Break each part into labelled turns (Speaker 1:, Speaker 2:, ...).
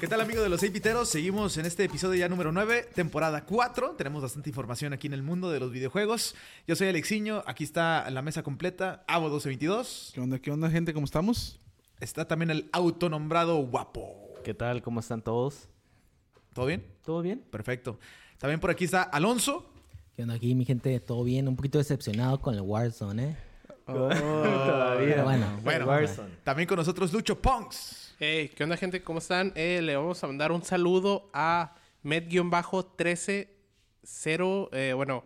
Speaker 1: ¿Qué tal amigos de los Piteros? Seguimos en este episodio ya número 9, temporada 4. Tenemos bastante información aquí en el mundo de los videojuegos. Yo soy Alexiño, aquí está la mesa completa, Avo 1222.
Speaker 2: ¿Qué onda, qué onda, gente? ¿Cómo estamos?
Speaker 1: Está también el autonombrado guapo.
Speaker 3: ¿Qué tal? ¿Cómo están todos?
Speaker 1: ¿Todo bien?
Speaker 3: ¿Todo bien?
Speaker 1: Perfecto. También por aquí está Alonso.
Speaker 4: ¿Qué onda aquí, mi gente? ¿Todo bien? Un poquito decepcionado con el Warzone, ¿eh?
Speaker 3: Todavía.
Speaker 4: Pero bueno.
Speaker 1: Bueno,
Speaker 3: Warzone.
Speaker 1: también con nosotros Lucho Punks.
Speaker 5: Hey, ¿qué onda, gente? ¿Cómo están? Eh, le vamos a mandar un saludo a Med-130, eh, bueno,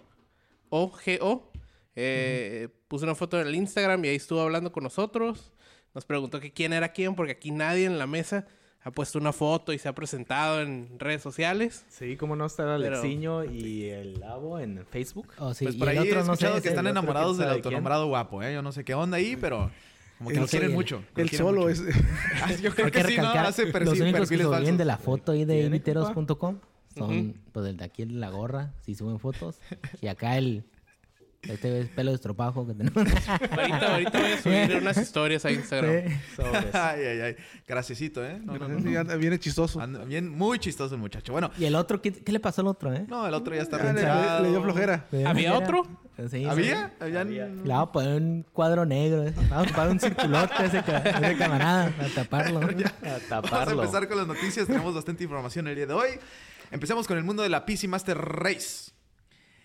Speaker 5: OGO. Eh, Puso una foto en el Instagram y ahí estuvo hablando con nosotros. Nos preguntó que quién era quién, porque aquí nadie en la mesa ha puesto una foto y se ha presentado en redes sociales.
Speaker 3: Sí, cómo no está
Speaker 5: Pero-
Speaker 3: Alexiño y el Lavo en Facebook.
Speaker 4: Oh, sí,
Speaker 1: pues
Speaker 4: y
Speaker 1: por ahí
Speaker 4: el
Speaker 1: he
Speaker 4: otro no
Speaker 1: escuchado
Speaker 4: sé.
Speaker 1: que están
Speaker 3: el otro
Speaker 1: enamorados
Speaker 3: quién
Speaker 1: del
Speaker 3: sabe quién.
Speaker 1: autonombrado guapo, ¿eh? Yo no sé qué onda ahí, pero como que
Speaker 2: Él
Speaker 1: lo quieren
Speaker 2: soy el-
Speaker 1: mucho. lo
Speaker 2: él
Speaker 1: quieren
Speaker 2: solo
Speaker 1: mucho.
Speaker 2: es.
Speaker 1: Ah, Yo creo
Speaker 4: Hay que
Speaker 1: que sí, ¿no?
Speaker 4: recalcar,
Speaker 1: Hace perci-
Speaker 4: los únicos que
Speaker 1: perfiles
Speaker 4: sobreviven
Speaker 1: falsos.
Speaker 4: de la foto ahí de
Speaker 3: ¿Tiene,
Speaker 4: inviteros.com son pues el de aquí el de la gorra, si suben fotos. Y acá el este es pelo estropajo que tenemos.
Speaker 5: Ahorita, ahorita voy a subir unas historias a Instagram.
Speaker 3: Sobres.
Speaker 1: Ay, ay, ay. Graciasito, ¿eh? No, no, no, no.
Speaker 2: Viene chistoso.
Speaker 1: Anda bien, muy chistoso el muchacho. Bueno,
Speaker 4: y el otro, ¿qué, qué le pasó al otro, eh?
Speaker 1: no, el otro ya está
Speaker 2: Ah, le-
Speaker 1: retirado.
Speaker 2: le, le dio flojera.
Speaker 4: Le dio
Speaker 5: ¿Había
Speaker 4: flojera.
Speaker 5: otro?
Speaker 4: Sí, Sí,
Speaker 1: ¿Había? ¿Había?
Speaker 4: Le vamos a poner un cuadro negro, eh. le vamos a poner un circulote a ese, ca- a ese camarada para taparlo.
Speaker 3: A
Speaker 1: Vamos a
Speaker 3: taparlo.
Speaker 1: empezar con las noticias. Tenemos bastante información el día de hoy. Empezamos con el mundo de la PC Master Race.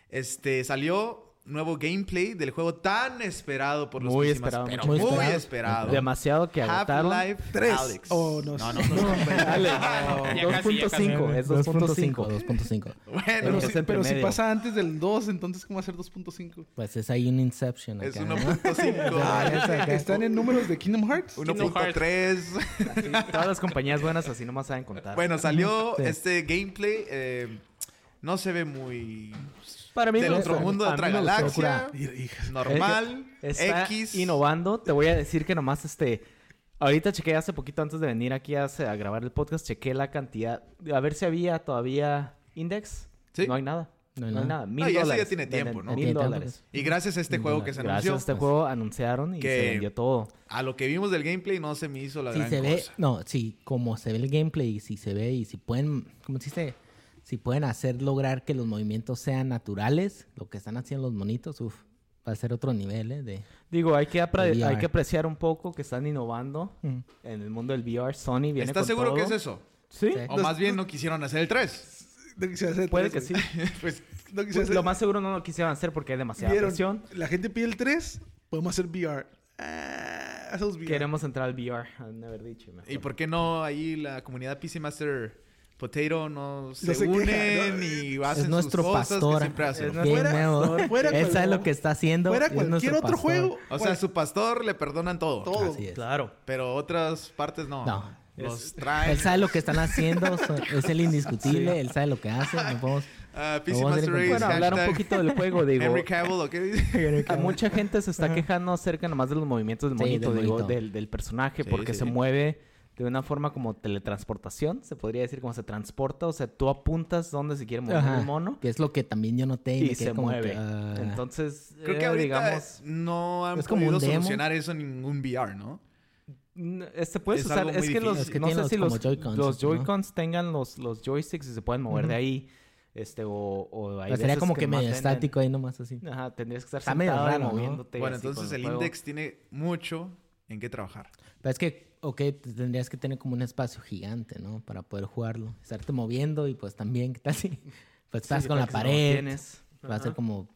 Speaker 1: Este salió nuevo gameplay del juego tan esperado por los
Speaker 3: Muy
Speaker 1: PC Master-
Speaker 3: esperado,
Speaker 1: pero
Speaker 4: mucho.
Speaker 1: muy
Speaker 4: Muy
Speaker 1: esperado.
Speaker 3: Demasiado que agotaron.
Speaker 1: Half-Life
Speaker 2: 3.
Speaker 1: 3.
Speaker 2: Oh, no
Speaker 1: no,
Speaker 2: sé.
Speaker 1: no, no, no.
Speaker 5: Ya casi, ya casi.
Speaker 3: 2.5, es 2.5
Speaker 4: 2.5
Speaker 1: Bueno,
Speaker 2: Pero,
Speaker 3: es
Speaker 2: si,
Speaker 3: el
Speaker 2: pero si
Speaker 3: promedio.
Speaker 2: pasa antes del 2, entonces ¿cómo hacer 2.5?
Speaker 4: Pues es ahí un Inception.
Speaker 1: es
Speaker 4: acá, ¿no?
Speaker 1: 1.5.
Speaker 4: Esa acá.
Speaker 2: Están en números de Kingdom Hearts.
Speaker 1: 1.3.
Speaker 3: Sí, Todas las compañías buenas así nomás saben contar.
Speaker 1: Bueno, salió
Speaker 4: Sí.
Speaker 1: este gameplay. eh, no se ve muy
Speaker 3: para mí
Speaker 1: del
Speaker 3: me
Speaker 1: otro
Speaker 3: gusta.
Speaker 1: mundo de
Speaker 3: A mí
Speaker 1: otra
Speaker 3: me gustó.
Speaker 1: galaxia.
Speaker 2: Hija,
Speaker 1: Normal.
Speaker 3: Está
Speaker 1: X.
Speaker 3: innovando. Te voy a decir que nomás este. Ahorita chequé hace poquito antes de venir aquí a, a grabar el podcast, chequé la cantidad. A ver si había todavía index.
Speaker 1: Sí.
Speaker 3: No hay nada. No hay nada. Mil
Speaker 1: No, y eso ya
Speaker 3: dólares.
Speaker 1: tiene tiempo, ¿no?
Speaker 3: Mil dólares.
Speaker 1: Y gracias a este juego que se
Speaker 3: Gracias
Speaker 1: anunció,
Speaker 3: a este juego anunciaron y
Speaker 1: que-
Speaker 3: se vendió todo.
Speaker 1: a lo que vimos del gameplay no se me hizo la
Speaker 4: Si
Speaker 1: gran
Speaker 4: se ve,
Speaker 1: cosa.
Speaker 4: no, si como se ve el gameplay, si se ve y si pueden, ¿cómo se dice? Si pueden hacer lograr que los movimientos sean naturales, lo que están haciendo los monitos, uff, va a ser otro nivel, ¿eh? De,
Speaker 3: Digo, hay que, apre-
Speaker 4: De VR.
Speaker 3: hay que apreciar un poco que están innovando
Speaker 2: Mm.
Speaker 3: en el mundo del VR. Sony viene
Speaker 1: ¿Estás
Speaker 3: con
Speaker 1: seguro
Speaker 3: todo.
Speaker 1: que es eso?
Speaker 3: Sí.
Speaker 4: Sí.
Speaker 1: O más bien no quisieron hacer el 3.
Speaker 2: No quisiera hacer
Speaker 3: Puede que
Speaker 2: tres,
Speaker 3: sí.
Speaker 2: güey.
Speaker 1: pues
Speaker 2: No quisiera
Speaker 3: Pues,
Speaker 2: hacer-
Speaker 3: lo más seguro no lo quisieron hacer porque hay demasiada
Speaker 2: Vieron,
Speaker 3: presión.
Speaker 2: La gente pide el 3, podemos hacer VR. Ah, hacemos VR.
Speaker 3: Queremos entrar al VR, han de haber dicho. mejor.
Speaker 1: ¿Y por qué no ahí la comunidad PC Master Potato no se,
Speaker 2: se
Speaker 1: unen
Speaker 2: queja, ¿no?
Speaker 1: y
Speaker 4: es
Speaker 1: hacen
Speaker 4: nuestro
Speaker 1: sus cosas
Speaker 4: pastor.
Speaker 1: que siempre hacen?
Speaker 3: Es
Speaker 4: Bien
Speaker 2: Fuera-
Speaker 3: nuestro-
Speaker 4: nuevo.
Speaker 2: fuera
Speaker 4: Él sabe
Speaker 2: cualquier-
Speaker 4: lo que está haciendo.
Speaker 2: Fuera
Speaker 4: es nuestro
Speaker 2: cualquier otro
Speaker 4: pastor.
Speaker 2: juego.
Speaker 1: O
Speaker 3: pues
Speaker 1: sea, su pastor le perdonan todo.
Speaker 2: Todo.
Speaker 4: Así es.
Speaker 3: Claro.
Speaker 1: Pero otras partes no.
Speaker 4: No.
Speaker 1: Los
Speaker 4: Él
Speaker 1: traen.
Speaker 4: sabe lo que están haciendo, so- es el indiscutible, él sabe lo que hace. No podemos...
Speaker 1: Ah, PC
Speaker 4: Lo vamos a
Speaker 1: Master
Speaker 4: hacer
Speaker 1: Race.
Speaker 3: Bueno, hablar un
Speaker 1: hashtag
Speaker 3: poquito del juego, digo.
Speaker 1: Henry Cavill, ¿o qué dice?
Speaker 3: A mucha gente se está quejando acerca nomás de los movimientos del
Speaker 4: Sí,
Speaker 3: monito,
Speaker 4: del
Speaker 3: digo,
Speaker 4: monito.
Speaker 3: Del, del personaje,
Speaker 1: Sí,
Speaker 3: porque
Speaker 1: sí,
Speaker 3: se
Speaker 1: sí.
Speaker 3: mueve de una forma como teletransportación, se podría decir como se transporta, o sea, tú apuntas donde se quiere mover
Speaker 4: Ajá,
Speaker 3: el mono
Speaker 4: Que es lo que también yo noté. me
Speaker 3: y
Speaker 4: quedé
Speaker 3: se
Speaker 4: como
Speaker 3: mueve.
Speaker 4: que, ah.
Speaker 3: Entonces,
Speaker 1: Creo que
Speaker 3: eh,
Speaker 1: ahorita
Speaker 3: digamos,
Speaker 1: no han
Speaker 4: Es como
Speaker 1: podido
Speaker 4: un demo.
Speaker 1: solucionar eso en ningún VR, ¿no?
Speaker 3: n- este puedes
Speaker 1: es
Speaker 3: usar,
Speaker 1: algo muy
Speaker 3: es que los,
Speaker 1: difícil.
Speaker 4: Es que
Speaker 3: no sé
Speaker 4: tiene los
Speaker 3: si
Speaker 4: como
Speaker 3: los
Speaker 4: Joy-Cons,
Speaker 3: los
Speaker 4: ¿no?
Speaker 3: Joy-Cons tengan los, los joysticks y se pueden mover de ahí, este, o, o hay
Speaker 4: Pero Pues sería
Speaker 3: veces
Speaker 4: como que,
Speaker 3: nomás
Speaker 4: medio
Speaker 3: venden-
Speaker 4: estático ahí nomás así.
Speaker 3: Ajá, tendrías que estar
Speaker 4: Está medio
Speaker 3: sentado y
Speaker 4: raro, ¿no?
Speaker 3: moviéndote.
Speaker 1: Bueno,
Speaker 3: así
Speaker 1: entonces
Speaker 3: con
Speaker 1: el
Speaker 3: juego.
Speaker 1: Index tiene mucho en qué trabajar.
Speaker 4: Pero es que, ok, pues, tendrías que tener como un espacio gigante, ¿no? Para poder jugarlo. Estarte moviendo y pues también, ¿qué tal si? Pues estás
Speaker 3: Sí,
Speaker 4: con la
Speaker 3: porque si no
Speaker 4: pared.
Speaker 3: tienes.
Speaker 4: va a ser como...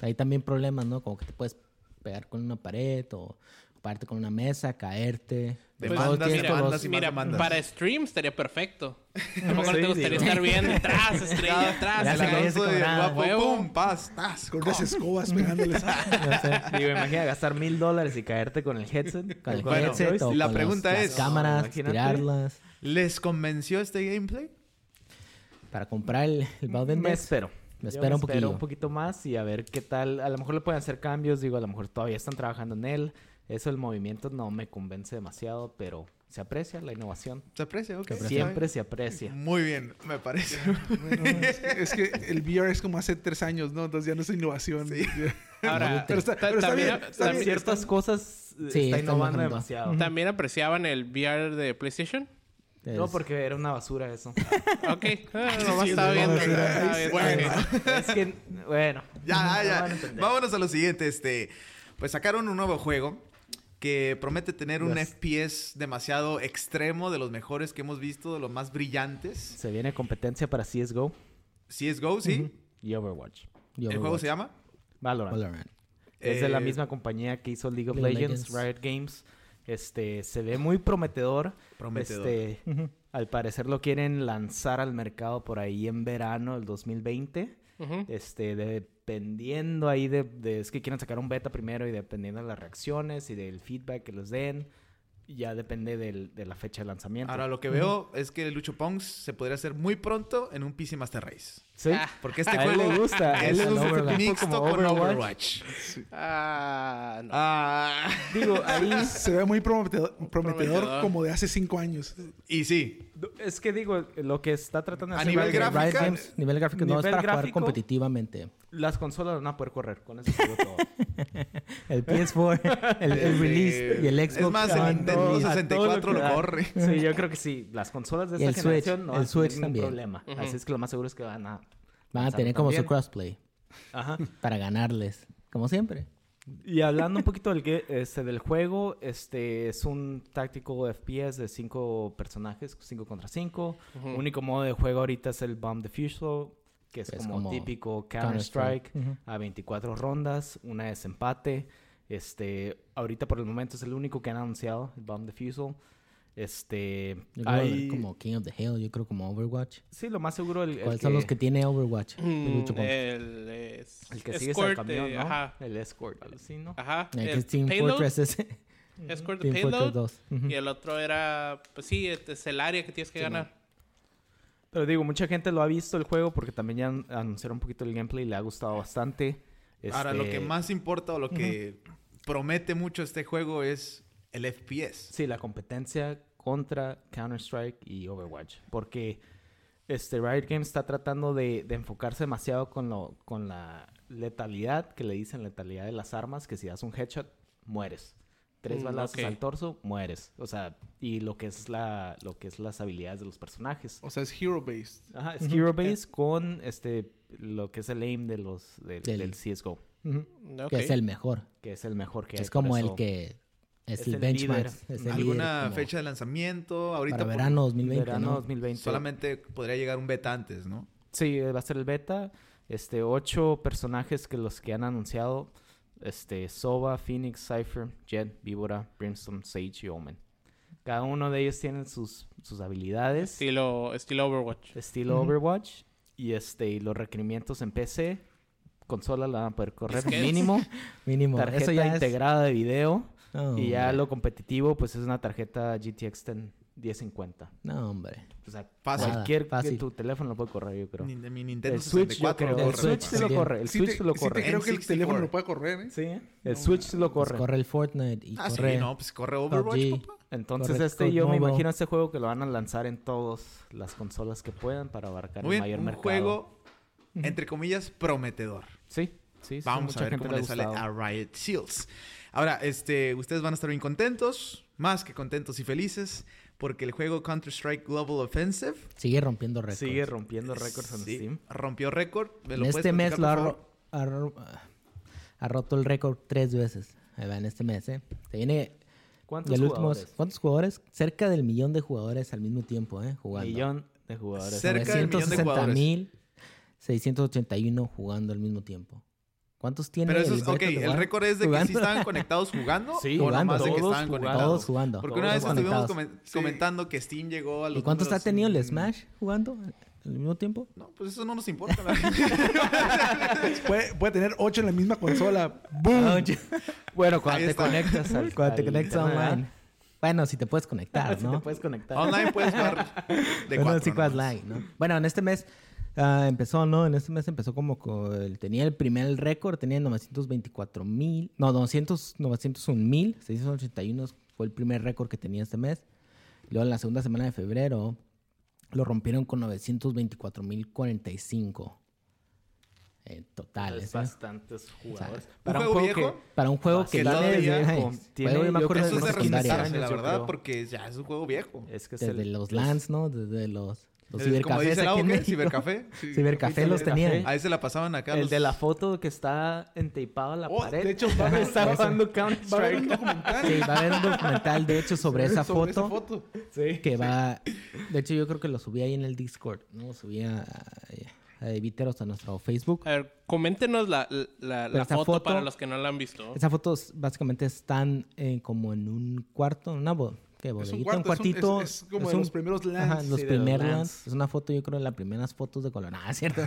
Speaker 4: Hay también problemas, ¿no? Como que te puedes pegar con una pared o pararte con una mesa, caerte.
Speaker 1: Pues,
Speaker 4: Todo
Speaker 1: Demandas,
Speaker 4: tienes
Speaker 5: mira,
Speaker 4: todos
Speaker 1: demandas
Speaker 4: los-
Speaker 1: y más
Speaker 5: mira,
Speaker 1: demandas.
Speaker 5: para stream estaría perfecto. A lo mejor
Speaker 3: Sí,
Speaker 5: te gustaría
Speaker 3: digo.
Speaker 5: estar viendo atrás, estrella,
Speaker 3: Ah,
Speaker 5: atrás.
Speaker 4: Ya
Speaker 1: El
Speaker 4: se
Speaker 5: acá.
Speaker 4: cae ese
Speaker 1: Alonso y el
Speaker 4: camarada.
Speaker 1: guapo,
Speaker 5: Huevo.
Speaker 1: pum, pas, tas,
Speaker 2: Con
Speaker 1: con.
Speaker 2: unas escobas pegándoles. Ah,
Speaker 3: Digo, imagina gastar mil dólares y caerte con el headset.
Speaker 4: con el
Speaker 1: Bueno,
Speaker 4: headset o
Speaker 1: la
Speaker 4: con
Speaker 1: pregunta
Speaker 4: las
Speaker 1: es-
Speaker 4: cámaras,
Speaker 3: Imagínate.
Speaker 4: tirarlas.
Speaker 1: ¿Les convenció este gameplay?
Speaker 4: Para comprar el, el Bowden
Speaker 3: Me
Speaker 4: Dex.
Speaker 3: espero.
Speaker 4: Me
Speaker 3: Yo
Speaker 4: espero
Speaker 3: espero
Speaker 4: un poquillo.
Speaker 3: un poquito más y a ver qué tal. A lo mejor le pueden hacer cambios. Digo, a lo mejor todavía están trabajando en él. Eso, el movimiento no me convence demasiado, pero Se aprecia la innovación.
Speaker 1: ¿Se aprecia? ok.
Speaker 3: Siempre se aprecia.
Speaker 1: Muy bien, me parece.
Speaker 2: Bueno, es, es que el VR es como hace tres años, ¿no? Entonces ya no es innovación.
Speaker 5: Ahora,
Speaker 2: Pero está-
Speaker 5: ta-
Speaker 2: pero está
Speaker 5: también,
Speaker 2: bien, está
Speaker 5: tam-
Speaker 2: bien.
Speaker 3: Ciertas cosas eh,
Speaker 4: Sí,
Speaker 3: está
Speaker 4: están
Speaker 3: innovando
Speaker 4: mejorando.
Speaker 3: demasiado.
Speaker 5: también apreciaban el VR de PlayStation.
Speaker 3: No, porque era una basura eso.
Speaker 5: Ok, ah, nomás estaba viendo. estaba viendo. Ok.
Speaker 3: es que, bueno.
Speaker 1: Ya,
Speaker 3: No
Speaker 1: ya.
Speaker 3: van a entender.
Speaker 1: Vámonos a lo siguiente. Este, pues sacaron un nuevo juego que promete tener un
Speaker 3: Los-
Speaker 1: FPS demasiado extremo, de los mejores que hemos visto, de los más brillantes.
Speaker 3: Se viene competencia para CSGO
Speaker 1: CSGO, sí.
Speaker 3: y Overwatch.
Speaker 1: El juego se llama.
Speaker 3: Valorant.
Speaker 4: Valorant.
Speaker 3: Es de la
Speaker 1: Eh,
Speaker 3: misma compañía que hizo League of
Speaker 4: League of
Speaker 3: Legends, Riot
Speaker 4: Legends.
Speaker 3: Games. Este, se ve muy prometedor.
Speaker 1: Prometedor.
Speaker 3: Este, al parecer lo quieren lanzar al mercado por ahí en verano del 2020.
Speaker 5: Ujú.
Speaker 3: Este, dependiendo ahí de, de- Es que quieren sacar un beta primero y dependiendo de las reacciones y del feedback que los den, ya depende del- de la fecha de lanzamiento.
Speaker 1: Ahora lo que veo es que Lucho Pongs se podría hacer muy pronto en un PC Master Race.
Speaker 3: ¿Sí?
Speaker 1: Porque este
Speaker 3: A él
Speaker 1: juego
Speaker 3: le gusta, a él
Speaker 1: es
Speaker 3: le gusta
Speaker 4: este
Speaker 1: mixto
Speaker 3: tipo como
Speaker 1: con Overwatch.
Speaker 3: Overwatch.
Speaker 5: Ah, no.
Speaker 1: Ah,
Speaker 3: Digo, ahí...
Speaker 2: Se ve muy prometedor,
Speaker 5: Prometedor.
Speaker 2: prometedor como de hace cinco años.
Speaker 1: y sí,
Speaker 3: Es que digo, lo que está tratando de
Speaker 1: A
Speaker 3: hacer...
Speaker 1: nivel
Speaker 3: Riot Games-
Speaker 1: gráfico,
Speaker 4: Riot Games, nivel gráfico, no es
Speaker 3: Nivel
Speaker 4: para jugar
Speaker 3: gráfico.
Speaker 4: competitivamente.
Speaker 3: Las consolas no van a poder correr, con eso se digo todo.
Speaker 4: El PS4, el, el
Speaker 1: Eh,
Speaker 4: release y el Xbox.
Speaker 1: Es más,
Speaker 4: One,
Speaker 1: el Nintendo
Speaker 4: y-
Speaker 3: a todo lo
Speaker 1: 64
Speaker 3: que
Speaker 1: lo,
Speaker 3: da.
Speaker 1: corre.
Speaker 3: Sí, yo creo que sí. Las consolas de
Speaker 4: Y
Speaker 3: esta
Speaker 4: el Switch,
Speaker 3: generación no
Speaker 4: el
Speaker 3: van a
Speaker 4: Switch
Speaker 3: tener ningún
Speaker 4: también.
Speaker 3: problema. Así es que lo más seguro es que van a...
Speaker 4: Van a
Speaker 3: lanzarlo
Speaker 4: tener como su
Speaker 3: también.
Speaker 4: crossplay
Speaker 3: Ajá.
Speaker 4: para ganarles, como siempre.
Speaker 3: Y hablando un poquito del, gue- este, del juego, este es un táctico FPS de 5 personajes, 5 contra 5. Único modo de juego ahorita es el Bomb Diffusal, que es,
Speaker 4: Es
Speaker 3: como,
Speaker 4: como
Speaker 3: típico
Speaker 4: Counter-Strike.
Speaker 3: Counter-Strike, a 24 rondas, una desempate. Este, ahorita por el momento es el único que han anunciado, el Bomb Diffusal. Este,
Speaker 4: Yo creo
Speaker 3: hay...
Speaker 4: como King of the Hill, yo creo como Overwatch.
Speaker 3: Sí, lo más seguro el, el
Speaker 4: ¿Cuáles son los que tiene Overwatch?
Speaker 5: Mm,
Speaker 4: Lucho, ¿cómo?
Speaker 5: el, eh,
Speaker 3: el que sigue es el
Speaker 5: escort,
Speaker 3: camión,
Speaker 5: eh,
Speaker 3: ¿no?
Speaker 5: Ajá.
Speaker 3: El escort, algo así, ¿no?
Speaker 5: Ajá.
Speaker 4: Eh, que
Speaker 5: El
Speaker 4: es Team
Speaker 5: payload,
Speaker 4: Fortress ese.
Speaker 5: Escort
Speaker 4: Team Fortress
Speaker 5: payload.
Speaker 4: 2. Ujú.
Speaker 5: Y el otro era, pues sí, este es el área que tienes que ganar.
Speaker 3: Pero digo, mucha gente lo ha visto el juego porque también ya an- anunciaron un poquito el gameplay y le ha gustado bastante.
Speaker 1: Ahora, lo
Speaker 3: Este,
Speaker 1: que más importa o lo que promete mucho este juego es el FPS.
Speaker 3: Sí, la competencia contra Counter-Strike y Overwatch. Porque este Riot Games está tratando de, de enfocarse demasiado con, lo, con la letalidad, que le dicen letalidad de las armas, que si das un headshot, mueres. Tres
Speaker 5: Mm,
Speaker 3: balazos
Speaker 5: ok.
Speaker 3: al torso, mueres. O sea, y lo que es la lo que es las habilidades de los personajes.
Speaker 2: O sea, es hero based.
Speaker 3: Ajá, es Hero Base con este lo que es el aim de los de-
Speaker 4: Del-
Speaker 3: del CS:GO.
Speaker 5: Ok.
Speaker 4: Que es el mejor.
Speaker 3: que es el mejor que hay,
Speaker 4: es
Speaker 3: por
Speaker 4: como
Speaker 3: eso
Speaker 4: el que es,
Speaker 3: es
Speaker 4: el
Speaker 3: el
Speaker 4: benchmark.
Speaker 3: líder.
Speaker 4: es el líder
Speaker 1: ¿Alguna
Speaker 4: como
Speaker 1: fecha de lanzamiento? Ahorita
Speaker 4: Para
Speaker 1: por-
Speaker 4: verano 2020.
Speaker 3: verano
Speaker 4: ¿no?
Speaker 3: 2020.
Speaker 1: solamente podría llegar un beta antes, ¿no?
Speaker 3: Sí, eh, va a ser el beta. Este, ocho personajes que los que han anunciado. Este, Sova, Phoenix, Cypher, Jet, Víbora, Brimstone, Sage y Omen. Cada uno de ellos tiene sus, sus habilidades.
Speaker 5: Estilo, estilo Overwatch.
Speaker 3: Estilo Overwatch. Y este, y los requerimientos en PC. Consola la van a poder correr
Speaker 5: Disquets.
Speaker 3: mínimo.
Speaker 4: Mínimo. Eso
Speaker 3: Tarjeta
Speaker 4: ya es-
Speaker 3: integrada de video.
Speaker 4: No,
Speaker 3: y ya
Speaker 4: hombre.
Speaker 3: lo competitivo, pues es una tarjeta GTX 10- 1050.
Speaker 4: No, hombre.
Speaker 3: O sea,
Speaker 1: Fácil.
Speaker 3: cualquier
Speaker 4: Fácil.
Speaker 3: que tu teléfono lo puede correr, yo creo.
Speaker 1: Ni- de Mi Nintendo
Speaker 3: El Switch, yo
Speaker 1: 64
Speaker 3: creo.
Speaker 1: lo
Speaker 3: El
Speaker 1: corre,
Speaker 3: Switch
Speaker 1: papá.
Speaker 3: sí lo
Speaker 4: También.
Speaker 3: corre. El
Speaker 2: Sí
Speaker 3: Switch
Speaker 2: te-
Speaker 3: sí lo
Speaker 2: sí te
Speaker 3: corre.
Speaker 2: creo que el
Speaker 1: N64.
Speaker 2: teléfono lo puede correr, ¿eh?
Speaker 3: Sí, ¿eh? el Switch sí lo
Speaker 4: Pues Corre.
Speaker 3: corre.
Speaker 4: el Fortnite y
Speaker 1: Ah,
Speaker 4: corre.
Speaker 1: sí, no, pues corre Overwatch,
Speaker 4: PUBG.
Speaker 1: papá.
Speaker 3: Entonces
Speaker 4: Corre
Speaker 3: este
Speaker 4: Xbox
Speaker 3: yo me
Speaker 4: Mobile.
Speaker 3: imagino este juego que lo van a lanzar en todas las consolas que puedan para abarcar
Speaker 1: Muy
Speaker 3: el
Speaker 1: bien,
Speaker 3: mayor
Speaker 1: un
Speaker 3: mercado.
Speaker 1: juego, entre comillas, prometedor.
Speaker 3: Sí, sí, sí,
Speaker 1: Vamos
Speaker 3: mucha
Speaker 1: a ver
Speaker 3: gente
Speaker 1: cómo
Speaker 3: le
Speaker 1: le
Speaker 3: ha
Speaker 1: sale a
Speaker 3: gustado.
Speaker 1: Riot Shields. Ahora, este, ustedes van a estar bien contentos, más que contentos y felices, porque el juego Counter-Strike Global Offensive
Speaker 4: Sigue rompiendo récords.
Speaker 3: Sigue rompiendo récords en
Speaker 1: sí,
Speaker 3: Steam.
Speaker 1: rompió récord. ¿Me
Speaker 4: En
Speaker 1: lo puedes
Speaker 4: este mes lo ha,
Speaker 1: platicar, por
Speaker 4: ro- ha ro- ha roto el récord tres veces. Ahí va en este mes, ¿eh? Se viene
Speaker 3: ¿Cuántos
Speaker 4: del último.
Speaker 3: jugadores?
Speaker 4: ¿Cuántos jugadores? Cerca del millón de jugadores al mismo tiempo, ¿eh? Jugando.
Speaker 3: Millón de jugadores.
Speaker 1: Cerca del millón de jugadores.
Speaker 4: 681 jugando al mismo tiempo. ¿Cuántos tiene?
Speaker 1: Pero eso es,
Speaker 4: récord
Speaker 1: ok,
Speaker 4: de
Speaker 1: el
Speaker 4: jugar-
Speaker 1: récord es de que sí
Speaker 4: jugando?
Speaker 1: estaban conectados jugando
Speaker 3: Sí,
Speaker 1: o nomás
Speaker 3: jugando.
Speaker 1: de que
Speaker 3: Todos
Speaker 1: estaban
Speaker 3: jugando.
Speaker 1: conectados.
Speaker 4: Todos jugando.
Speaker 1: Porque
Speaker 3: Todos
Speaker 1: una vez estuvimos
Speaker 4: conectados.
Speaker 1: comen- comentando que Steam llegó a los
Speaker 4: ¿Y cuántos ha
Speaker 1: números
Speaker 4: tenido el
Speaker 1: sin-
Speaker 4: Smash jugando al mismo tiempo?
Speaker 1: No, pues eso no nos importa. la-
Speaker 2: Puede, puede tener ocho en la misma consola.
Speaker 4: Ah,
Speaker 2: ¡Boom!
Speaker 4: yo-
Speaker 3: Bueno,
Speaker 1: Ahí
Speaker 3: cuando te
Speaker 1: está.
Speaker 3: conectas al
Speaker 4: Cuando te
Speaker 3: al
Speaker 4: conectas
Speaker 3: internet,
Speaker 4: online. Bueno, si te puedes conectar,
Speaker 3: Si
Speaker 4: ¿no?
Speaker 3: te puedes conectar.
Speaker 1: Online puedes jugar de
Speaker 4: Bueno,
Speaker 1: cuatro
Speaker 4: sí, Quad
Speaker 1: nomás.
Speaker 4: Line, ¿no? Bueno, en este mes ah, empezó, ¿no? En este mes empezó como co- el- tenía el primer récord, tenía 924 mil, no, 900, 901 mil, 681 fue el primer récord que tenía este mes. Luego en la segunda semana de febrero lo rompieron con 924.045 en total.
Speaker 3: Es
Speaker 4: ¿eh?
Speaker 3: bastantes jugadores.
Speaker 1: juego viejo?
Speaker 4: Para un juego
Speaker 1: Bastante.
Speaker 4: que
Speaker 1: Que todavía
Speaker 4: tiene-
Speaker 3: con-
Speaker 4: Juego,
Speaker 3: tiene-
Speaker 4: yo me
Speaker 3: yo
Speaker 4: acuerdo
Speaker 3: creo
Speaker 1: Eso es de
Speaker 3: que
Speaker 4: desde la secundaria,
Speaker 1: registrarse, la
Speaker 3: yo
Speaker 1: verdad,
Speaker 3: creo. Eh,
Speaker 1: porque ya es un juego viejo.
Speaker 3: Es que es
Speaker 4: desde
Speaker 3: el-
Speaker 4: los
Speaker 3: es-
Speaker 4: lands, ¿no? Desde los, los
Speaker 1: Desde- como
Speaker 4: cibercafés
Speaker 1: dice
Speaker 4: aquí
Speaker 1: Lau,
Speaker 4: en
Speaker 1: ¿qué?
Speaker 4: México.
Speaker 1: Cibercafé.
Speaker 4: Cibercafé los
Speaker 3: Cibercafé.
Speaker 4: tenían.
Speaker 1: Ahí se la pasaban acá.
Speaker 3: El
Speaker 1: los-
Speaker 3: de la foto que está enteipada a la
Speaker 1: Oh,
Speaker 3: pared.
Speaker 2: de hecho, va a haber-
Speaker 3: está
Speaker 4: va a ser-
Speaker 3: jugando
Speaker 2: Va a haber un
Speaker 3: Counter-Strike.
Speaker 2: documental
Speaker 4: Sí, va a haber un documental, de hecho, sobre esa
Speaker 2: sobre
Speaker 4: foto.
Speaker 2: esa foto.
Speaker 3: Sí.
Speaker 4: que va. De hecho, yo creo que lo subí ahí en el Discord, ¿no? Lo subí a, a, a Viteros a nuestro Facebook.
Speaker 5: A ver, coméntenos la, la- la,
Speaker 4: Pero
Speaker 5: la
Speaker 4: esa
Speaker 5: foto,
Speaker 4: foto-
Speaker 5: para los que no la han visto.
Speaker 4: Esas fotos básicamente están eh, como en un cuarto, una bo- ¿qué, bodeguita,
Speaker 2: cuarto,
Speaker 4: un,
Speaker 2: es un-
Speaker 4: cuartito.
Speaker 2: es- es como de
Speaker 4: un-
Speaker 2: los primeros lands,
Speaker 4: Ajá, los
Speaker 3: sí, de los
Speaker 4: primeros
Speaker 3: lands.
Speaker 4: lands. Es una foto, yo creo, de las primeras fotos de color. Ah, cierto.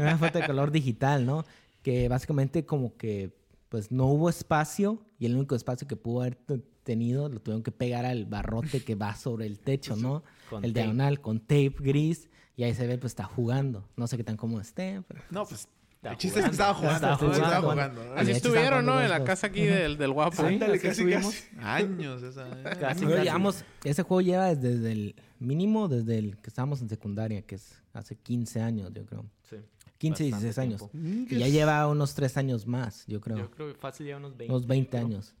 Speaker 4: una foto de color digital, ¿no? Que básicamente como que pues no hubo espacio y el único espacio que pudo haber t- tenido lo tuvieron que pegar al barrote que va sobre el techo, ¿no?
Speaker 3: Con
Speaker 4: el
Speaker 3: tape.
Speaker 4: diagonal con tape gris y ahí se ve pues está jugando. No sé qué tan cómodo esté, pero
Speaker 1: No, pues.
Speaker 3: Está
Speaker 1: el chiste es que estaba
Speaker 3: jugando.
Speaker 1: jugando.
Speaker 4: Estaba
Speaker 1: el chiste Estaba
Speaker 4: jugando.
Speaker 1: jugando.
Speaker 4: Ah,
Speaker 5: Así
Speaker 4: de hecho,
Speaker 5: estuvieron,
Speaker 4: estaban
Speaker 5: ¿no?
Speaker 4: jugando
Speaker 5: En la
Speaker 4: los
Speaker 5: casa aquí del, del guapo.
Speaker 3: Sí.
Speaker 2: Ándale,
Speaker 3: así
Speaker 2: casi,
Speaker 3: subimos.
Speaker 2: casi.
Speaker 1: Años, esa. ¿eh?
Speaker 3: Casi,
Speaker 4: Pero
Speaker 3: casi.
Speaker 4: digamos, ese juego lleva desde el mínimo, desde el que estábamos en secundaria, que es hace 15 años, yo creo.
Speaker 3: Sí.
Speaker 4: 15,
Speaker 3: Bastante
Speaker 4: 16 años.
Speaker 3: tiempo.
Speaker 4: Y ya lleva unos 3 años más, yo creo.
Speaker 3: Yo creo que fácil ya unos 20.
Speaker 4: unos 20
Speaker 3: creo.
Speaker 4: años.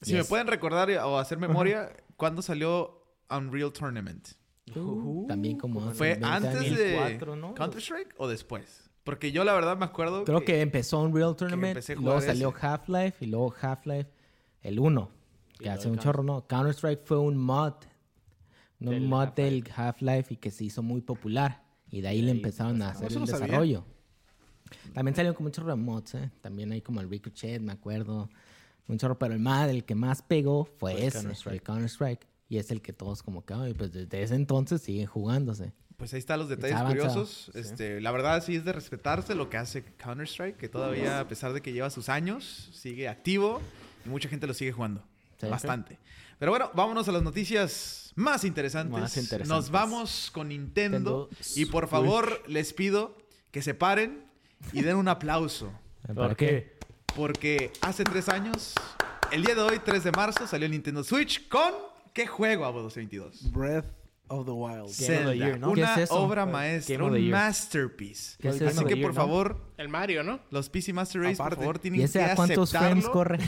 Speaker 1: Si me pueden recordar o hacer memoria, ¿cuándo salió Unreal Tournament?
Speaker 3: Ujú.
Speaker 4: También como hace
Speaker 1: ¿Fue
Speaker 4: 20
Speaker 1: antes
Speaker 4: años.
Speaker 1: de
Speaker 3: 2004, ¿no?
Speaker 1: Counter-Strike o después? Porque yo la verdad me acuerdo
Speaker 4: Creo que empezó un Real Tournament,
Speaker 1: empecé a
Speaker 4: y luego
Speaker 1: jugar
Speaker 4: salió
Speaker 1: ese.
Speaker 4: Half-Life y luego Half-Life el 1,
Speaker 3: Y
Speaker 4: que hace
Speaker 3: luego
Speaker 4: un
Speaker 3: Counter-
Speaker 4: chorro, ¿no? Counter-Strike fue un mod, un
Speaker 3: Del
Speaker 4: mod del Half-Life y que se hizo muy popular. Y de ahí
Speaker 3: Y
Speaker 4: le
Speaker 3: ahí
Speaker 4: empezaron a hacer
Speaker 2: Eso
Speaker 4: el
Speaker 2: no sabía.
Speaker 4: desarrollo. También salieron con un chorro de mods, ¿eh? También hay como el Ricochet, me acuerdo. Un chorro, pero el más, el que más pegó fue
Speaker 3: Fue el
Speaker 4: ese,
Speaker 3: Counter-Strike.
Speaker 4: el Counter-Strike. Y es el que todos como que, "Ay, pues desde ese entonces siguen jugándose.
Speaker 1: Pues ahí están los detalles
Speaker 4: Está avanzado.
Speaker 1: curiosos. Este, la verdad sí es de respetarse lo que hace Counter-Strike, que todavía a pesar de que lleva sus años, sigue activo y mucha gente lo sigue jugando.
Speaker 4: Sí.
Speaker 1: Bastante. Pero bueno, vámonos a las noticias más interesantes.
Speaker 3: Más interesantes.
Speaker 1: Nos vamos con Nintendo,
Speaker 3: Nintendo
Speaker 1: y por favor les pido que se paren y den un aplauso.
Speaker 4: ¿Para
Speaker 3: ¿Por qué?
Speaker 1: Porque hace tres años, el día de hoy, 3 de marzo, salió el Nintendo Switch con ¿qué juego, Abo 222?
Speaker 2: Breath of the Wild.
Speaker 3: Game of the
Speaker 1: Zelda,
Speaker 3: Year, ¿no?
Speaker 1: una
Speaker 4: ¿Qué es eso?
Speaker 1: obra
Speaker 3: Game
Speaker 1: maestra,
Speaker 3: of the
Speaker 1: un
Speaker 3: Year.
Speaker 1: masterpiece.
Speaker 4: ¿Qué es
Speaker 1: Así
Speaker 4: eso? Game of
Speaker 1: que
Speaker 4: the
Speaker 1: por
Speaker 3: Year, ¿no?
Speaker 1: favor,
Speaker 5: El Mario, ¿no?
Speaker 1: los PC Master Race, por
Speaker 2: Aparte.
Speaker 1: favor, tienen
Speaker 4: ¿Y ese
Speaker 1: que
Speaker 4: a cuántos frames
Speaker 1: aceptarlo
Speaker 4: corre?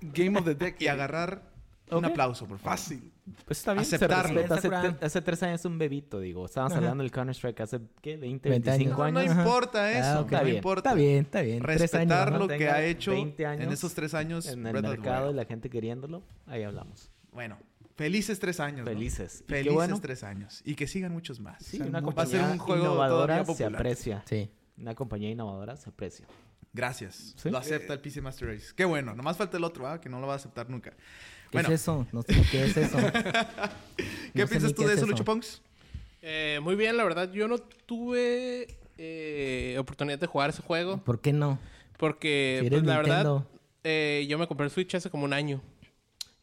Speaker 2: Game of the Deck.
Speaker 1: y agarrar un
Speaker 3: Ok.
Speaker 1: aplauso, por favor.
Speaker 2: Fácil.
Speaker 3: Pues está bien, se
Speaker 1: Aceptarlo.
Speaker 3: respeta. hace,
Speaker 4: Instagram.
Speaker 3: tre- hace tres años un bebito, digo. Estábamos
Speaker 4: Ajá.
Speaker 3: hablando del Counter-Strike hace, ¿qué? 20,
Speaker 4: 20 años.
Speaker 1: No,
Speaker 3: 25
Speaker 1: no
Speaker 3: años.
Speaker 4: Ajá.
Speaker 1: importa eso,
Speaker 4: Ah, ok.
Speaker 1: no
Speaker 4: Está bien,
Speaker 1: importa.
Speaker 4: está bien, está bien. Tres años,
Speaker 1: Respetar
Speaker 4: ¿no?
Speaker 1: lo que
Speaker 3: Tenga
Speaker 1: ha hecho
Speaker 3: 20 años
Speaker 1: en esos tres años
Speaker 3: En el
Speaker 1: Breath of the
Speaker 3: mercado y
Speaker 1: Wild.
Speaker 3: la gente queriéndolo, ahí hablamos.
Speaker 1: Bueno, felices tres años. ¿no?
Speaker 3: Felices. Y qué
Speaker 1: Felices
Speaker 3: bueno.
Speaker 1: tres años. Y que sigan muchos más.
Speaker 3: Sí,
Speaker 2: sea,
Speaker 3: una
Speaker 2: mucho.
Speaker 1: Va a ser un
Speaker 3: compañía
Speaker 1: juego
Speaker 3: innovadora
Speaker 1: todavía
Speaker 3: se
Speaker 1: popular.
Speaker 3: aprecia.
Speaker 4: Sí.
Speaker 3: Una compañía innovadora se aprecia.
Speaker 1: Gracias.
Speaker 3: Sí.
Speaker 1: Lo acepta el PC Master Race. Qué bueno. Nomás falta el otro, ¿ah? que no lo va a aceptar nunca.
Speaker 4: ¿Qué
Speaker 1: Bueno,
Speaker 4: es eso? No sé qué es eso.
Speaker 1: ¿qué piensas tú de eso, Lucho Ponks?
Speaker 5: Eh, muy bien, la verdad, yo no tuve eh, oportunidad de jugar ese juego.
Speaker 4: ¿Por qué no?
Speaker 5: Porque,
Speaker 4: Si eres
Speaker 5: pues, la verdad,
Speaker 4: Nintendo.
Speaker 5: eh, yo me compré el Switch hace como un año.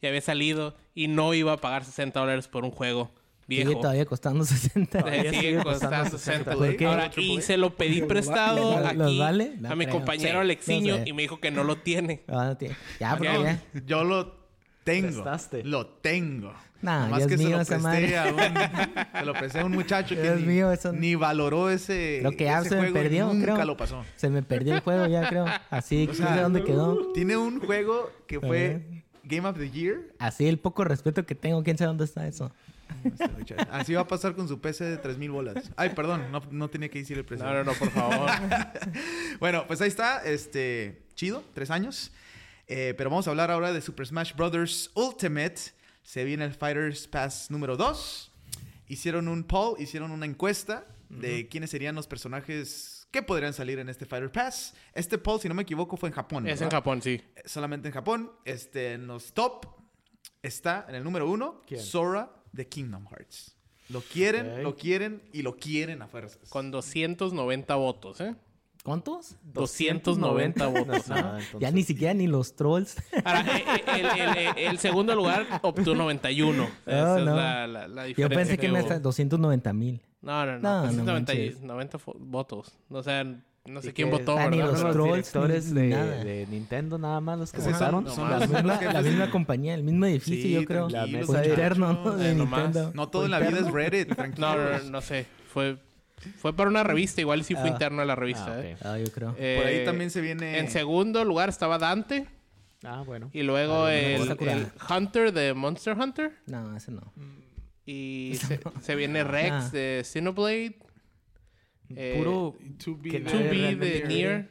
Speaker 5: Y había salido y no iba a pagar 60 dólares por un juego
Speaker 4: Sigue
Speaker 5: viejo.
Speaker 4: todavía costando 60.
Speaker 5: Eh, sigue
Speaker 3: sigue
Speaker 5: costando
Speaker 3: costando
Speaker 5: 60.
Speaker 1: ¿Por
Speaker 4: qué?
Speaker 5: Ahora, y se lo pedí
Speaker 2: ¿Los
Speaker 5: prestado
Speaker 4: vale?
Speaker 5: aquí
Speaker 4: ¿Los vale?
Speaker 5: a
Speaker 4: No
Speaker 5: mi
Speaker 4: creo.
Speaker 5: compañero
Speaker 4: Sí,
Speaker 5: Alexiño
Speaker 4: no sé.
Speaker 5: y me dijo que no lo tiene.
Speaker 4: Ah, no tiene- Ya, porque
Speaker 5: Porque-
Speaker 4: ya.
Speaker 1: Yo lo tengo.
Speaker 3: Prestaste.
Speaker 1: Lo tengo.
Speaker 4: Nah,
Speaker 1: Nomás
Speaker 4: ya es
Speaker 1: que se
Speaker 4: mío
Speaker 1: lo
Speaker 4: esa
Speaker 1: presté
Speaker 4: madre.
Speaker 1: a un, se lo presté a un muchacho que
Speaker 4: Ya es
Speaker 1: ni,
Speaker 4: mío eso.
Speaker 1: ni valoró ese.
Speaker 4: Creo que ya
Speaker 1: ese
Speaker 4: se me
Speaker 1: juego y
Speaker 4: perdió,
Speaker 1: Nunca
Speaker 4: creo.
Speaker 1: lo pasó.
Speaker 4: Se me perdió el juego, ya creo. Así,
Speaker 1: O
Speaker 4: no
Speaker 1: sea,
Speaker 4: sé dónde quedó.
Speaker 1: Tiene un juego que fue
Speaker 4: Eh.
Speaker 1: Game of the Year.
Speaker 4: Así, el poco respeto que tengo, quién sabe dónde está eso.
Speaker 1: Este, Así va a pasar con su PC de 3000 bolas. Ay, perdón, no, no tenía que decir el precio.
Speaker 5: No, no, no, por favor.
Speaker 1: Bueno, pues ahí está, este, chido, tres años. Eh, pero vamos a hablar ahora de Super Smash Bros. Ultimate. Se viene el Fighters Pass número 2. Hicieron un poll, hicieron una encuesta de quiénes serían los personajes que podrían salir en este Fighter Pass. Este poll, si no me equivoco, fue en Japón.
Speaker 5: es en
Speaker 1: ¿verdad?
Speaker 5: Japón, sí.
Speaker 1: Solamente en Japón. Este, en los top está en el número uno,
Speaker 3: ¿Quién?
Speaker 1: Sora de Kingdom Hearts. Lo quieren,
Speaker 3: Ok.
Speaker 1: lo quieren y lo quieren a fuerzas.
Speaker 5: Con 290 votos, ¿eh?
Speaker 4: ¿Cuántos?
Speaker 5: 290 votos.
Speaker 3: No,
Speaker 5: ajá.
Speaker 3: entonces-
Speaker 4: Ya ni siquiera ni los trolls.
Speaker 5: Ahora, eh, eh, el, el- el- el segundo lugar obtuvo 91. Esa
Speaker 4: Oh,
Speaker 5: es
Speaker 4: no.
Speaker 5: la, la- la
Speaker 4: Yo
Speaker 5: diferencia
Speaker 4: pensé que me
Speaker 5: hubo.
Speaker 4: está 290 mil.
Speaker 5: No, no,
Speaker 4: No,
Speaker 5: no.
Speaker 4: no
Speaker 5: 90,
Speaker 4: manches.
Speaker 5: votos. O sea, no
Speaker 3: Y
Speaker 5: sé quién
Speaker 3: que
Speaker 5: votó,
Speaker 4: Ah, ni
Speaker 5: ¿verdad?
Speaker 4: los
Speaker 3: Fueron
Speaker 4: trolls,
Speaker 3: directores
Speaker 4: ni
Speaker 3: de,
Speaker 4: nada.
Speaker 3: de Nintendo nada más los que
Speaker 1: Esos son-
Speaker 3: votaron.
Speaker 5: no
Speaker 4: Son
Speaker 5: más.
Speaker 4: la
Speaker 1: Nomás
Speaker 4: misma,
Speaker 1: los jefes.
Speaker 4: la misma compañía, el mismo edificio,
Speaker 1: Sí,
Speaker 4: yo creo.
Speaker 1: tranquilos,
Speaker 3: La
Speaker 4: Fue
Speaker 3: mesa,
Speaker 4: interno, ¿no?
Speaker 5: muchachos.
Speaker 4: De
Speaker 5: Eh, nomás.
Speaker 4: Nintendo.
Speaker 1: No todo en la vida es Reddit, tranquilo.
Speaker 5: No, no, no sé. Fue, fue para una revista, igual sí fue
Speaker 4: Ah.
Speaker 5: interno a la
Speaker 3: Ah,
Speaker 5: revista.
Speaker 3: ok.
Speaker 5: ¿eh?
Speaker 4: Ah, yo creo.
Speaker 5: Eh,
Speaker 1: Por ahí también se viene.
Speaker 5: En segundo lugar estaba Dante.
Speaker 3: Ah, bueno.
Speaker 5: Y luego
Speaker 4: Ah,
Speaker 5: el,
Speaker 4: Sakura.
Speaker 5: el Hunter de Monster Hunter.
Speaker 4: No, ese no.
Speaker 5: Y se, se viene Rex
Speaker 4: Ah.
Speaker 5: de Xenoblade. Eh,
Speaker 3: Puro.
Speaker 2: To be
Speaker 3: que
Speaker 2: there.
Speaker 5: To
Speaker 3: nadie
Speaker 5: be
Speaker 3: realmente
Speaker 5: de
Speaker 3: quiere.
Speaker 5: Nier.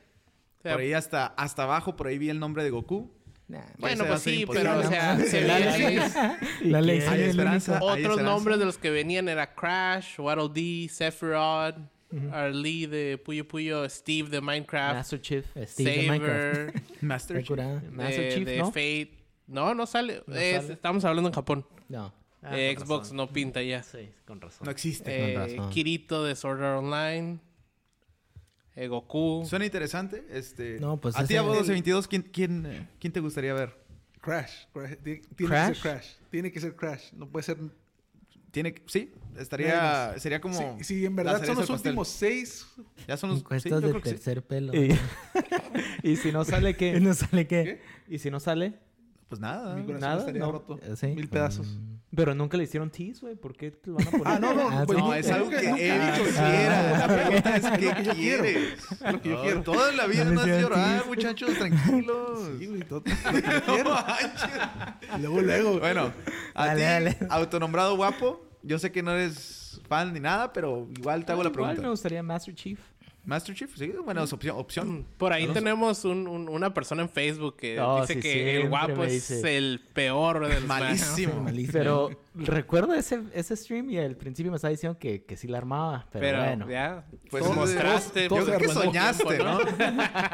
Speaker 5: O sea,
Speaker 1: Por ahí hasta, hasta abajo, por ahí vi el nombre de Goku.
Speaker 4: Nah.
Speaker 1: Ese va
Speaker 5: bueno,
Speaker 1: a
Speaker 5: pues
Speaker 1: ser
Speaker 5: sí,
Speaker 1: imposible.
Speaker 5: pero o sea,
Speaker 4: No,
Speaker 5: se
Speaker 4: no,
Speaker 5: viene-
Speaker 4: La ley
Speaker 1: Hay
Speaker 4: sigue el
Speaker 1: esperanza. hay
Speaker 5: otros
Speaker 1: esperanza.
Speaker 5: nombres de los que venían era Crash, Waddle D, Sephiroth, Arlee de Puyo Puyo, Steve de Minecraft,
Speaker 3: Master Chief.
Speaker 4: único. Steve de Minecraft.
Speaker 5: Saber
Speaker 1: Master
Speaker 4: Está
Speaker 1: Chief.
Speaker 4: curada.
Speaker 5: de,
Speaker 3: Master Chief,
Speaker 5: de
Speaker 3: este, ¿no?
Speaker 5: Fate. No, no sale.
Speaker 3: No
Speaker 5: Es-
Speaker 3: sale.
Speaker 5: Estamos hablando en Japón.
Speaker 4: No.
Speaker 3: Ah, con
Speaker 5: Eh, Xbox
Speaker 3: razón.
Speaker 5: no pinta ya.
Speaker 3: Sí, con razón.
Speaker 1: No existe.
Speaker 5: Eh,
Speaker 4: razón.
Speaker 5: Kirito de Sword Art Online. Eh, Goku.
Speaker 1: Suena interesante. Este,
Speaker 4: No, pues
Speaker 1: a ti,
Speaker 4: ese-
Speaker 1: Abo 1222, ¿quién, quién, eh, quién te gustaría ver?
Speaker 2: Crash. Crash. Ti- Tiene que
Speaker 4: Crash?
Speaker 2: ser Crash. Tiene que ser Crash. No puede ser.
Speaker 1: Tiene, que- sí,
Speaker 2: Nadie
Speaker 1: estaría, sería como.
Speaker 2: Si, si en
Speaker 1: la
Speaker 2: verdad
Speaker 1: cereza
Speaker 2: son los
Speaker 1: del pastel.
Speaker 2: últimos seis.
Speaker 1: Ya son los. sí, yo
Speaker 4: Encuestas de
Speaker 1: creo que sí.
Speaker 4: tercer pelo.
Speaker 3: Y, y si no sale, ¿qué?
Speaker 4: No sale qué.
Speaker 2: ¿Qué?
Speaker 3: Y si no sale,
Speaker 1: Pues nada.
Speaker 2: Mi corazón
Speaker 3: Nada,
Speaker 2: estaría
Speaker 3: no.
Speaker 2: roto.
Speaker 4: Sí.
Speaker 2: Mil pedazos.
Speaker 4: Mm.
Speaker 3: pero nunca le hicieron tease, güey. ¿Por qué te lo van a poner?
Speaker 2: Ah, no, no.
Speaker 4: Ah,
Speaker 2: pues,
Speaker 1: No,
Speaker 4: sí.
Speaker 1: es algo que
Speaker 2: nunca-
Speaker 1: él
Speaker 2: nunca-
Speaker 1: quisiera. La pregunta es
Speaker 2: lo que
Speaker 1: ¿qué
Speaker 2: yo quiero.
Speaker 1: quieres?
Speaker 2: lo que yo
Speaker 1: No,
Speaker 2: quiero.
Speaker 1: Toda la vida
Speaker 4: No me
Speaker 1: no has
Speaker 4: sean
Speaker 1: llorado,
Speaker 4: tristes.
Speaker 1: muchachos, tranquilos.
Speaker 2: Sí, güey, todo- lo que
Speaker 1: No
Speaker 2: quiero.
Speaker 1: manches.
Speaker 2: Luego, luego.
Speaker 1: Bueno, a
Speaker 4: Dale,
Speaker 1: ti,
Speaker 4: dale.
Speaker 1: autonombrado guapo, yo sé que no eres fan ni nada, pero igual te hago la
Speaker 3: Igual
Speaker 1: pregunta.
Speaker 3: me gustaría Master Chief.
Speaker 1: Master Chief, sí, bueno, es opción. opción.
Speaker 5: Por ahí tenemos un- un- una persona en Facebook que
Speaker 3: Oh,
Speaker 5: dice
Speaker 3: sí,
Speaker 5: que
Speaker 3: siempre
Speaker 5: el guapo
Speaker 3: me
Speaker 5: es
Speaker 3: dice.
Speaker 5: el peor de los más.
Speaker 1: Malísimo.
Speaker 4: Malísimo.
Speaker 3: Pero recuerdo ese, ese stream y al principio me estaba diciendo que, que sí la armaba. Pero,
Speaker 5: Pero
Speaker 3: bueno.
Speaker 5: ya,
Speaker 1: Pues,
Speaker 5: todos
Speaker 1: eh,
Speaker 5: mostraste.
Speaker 1: Yo
Speaker 2: todos-
Speaker 5: pues,
Speaker 1: creo que
Speaker 5: cuánto
Speaker 1: soñaste,
Speaker 5: tiempo,
Speaker 1: ¿no?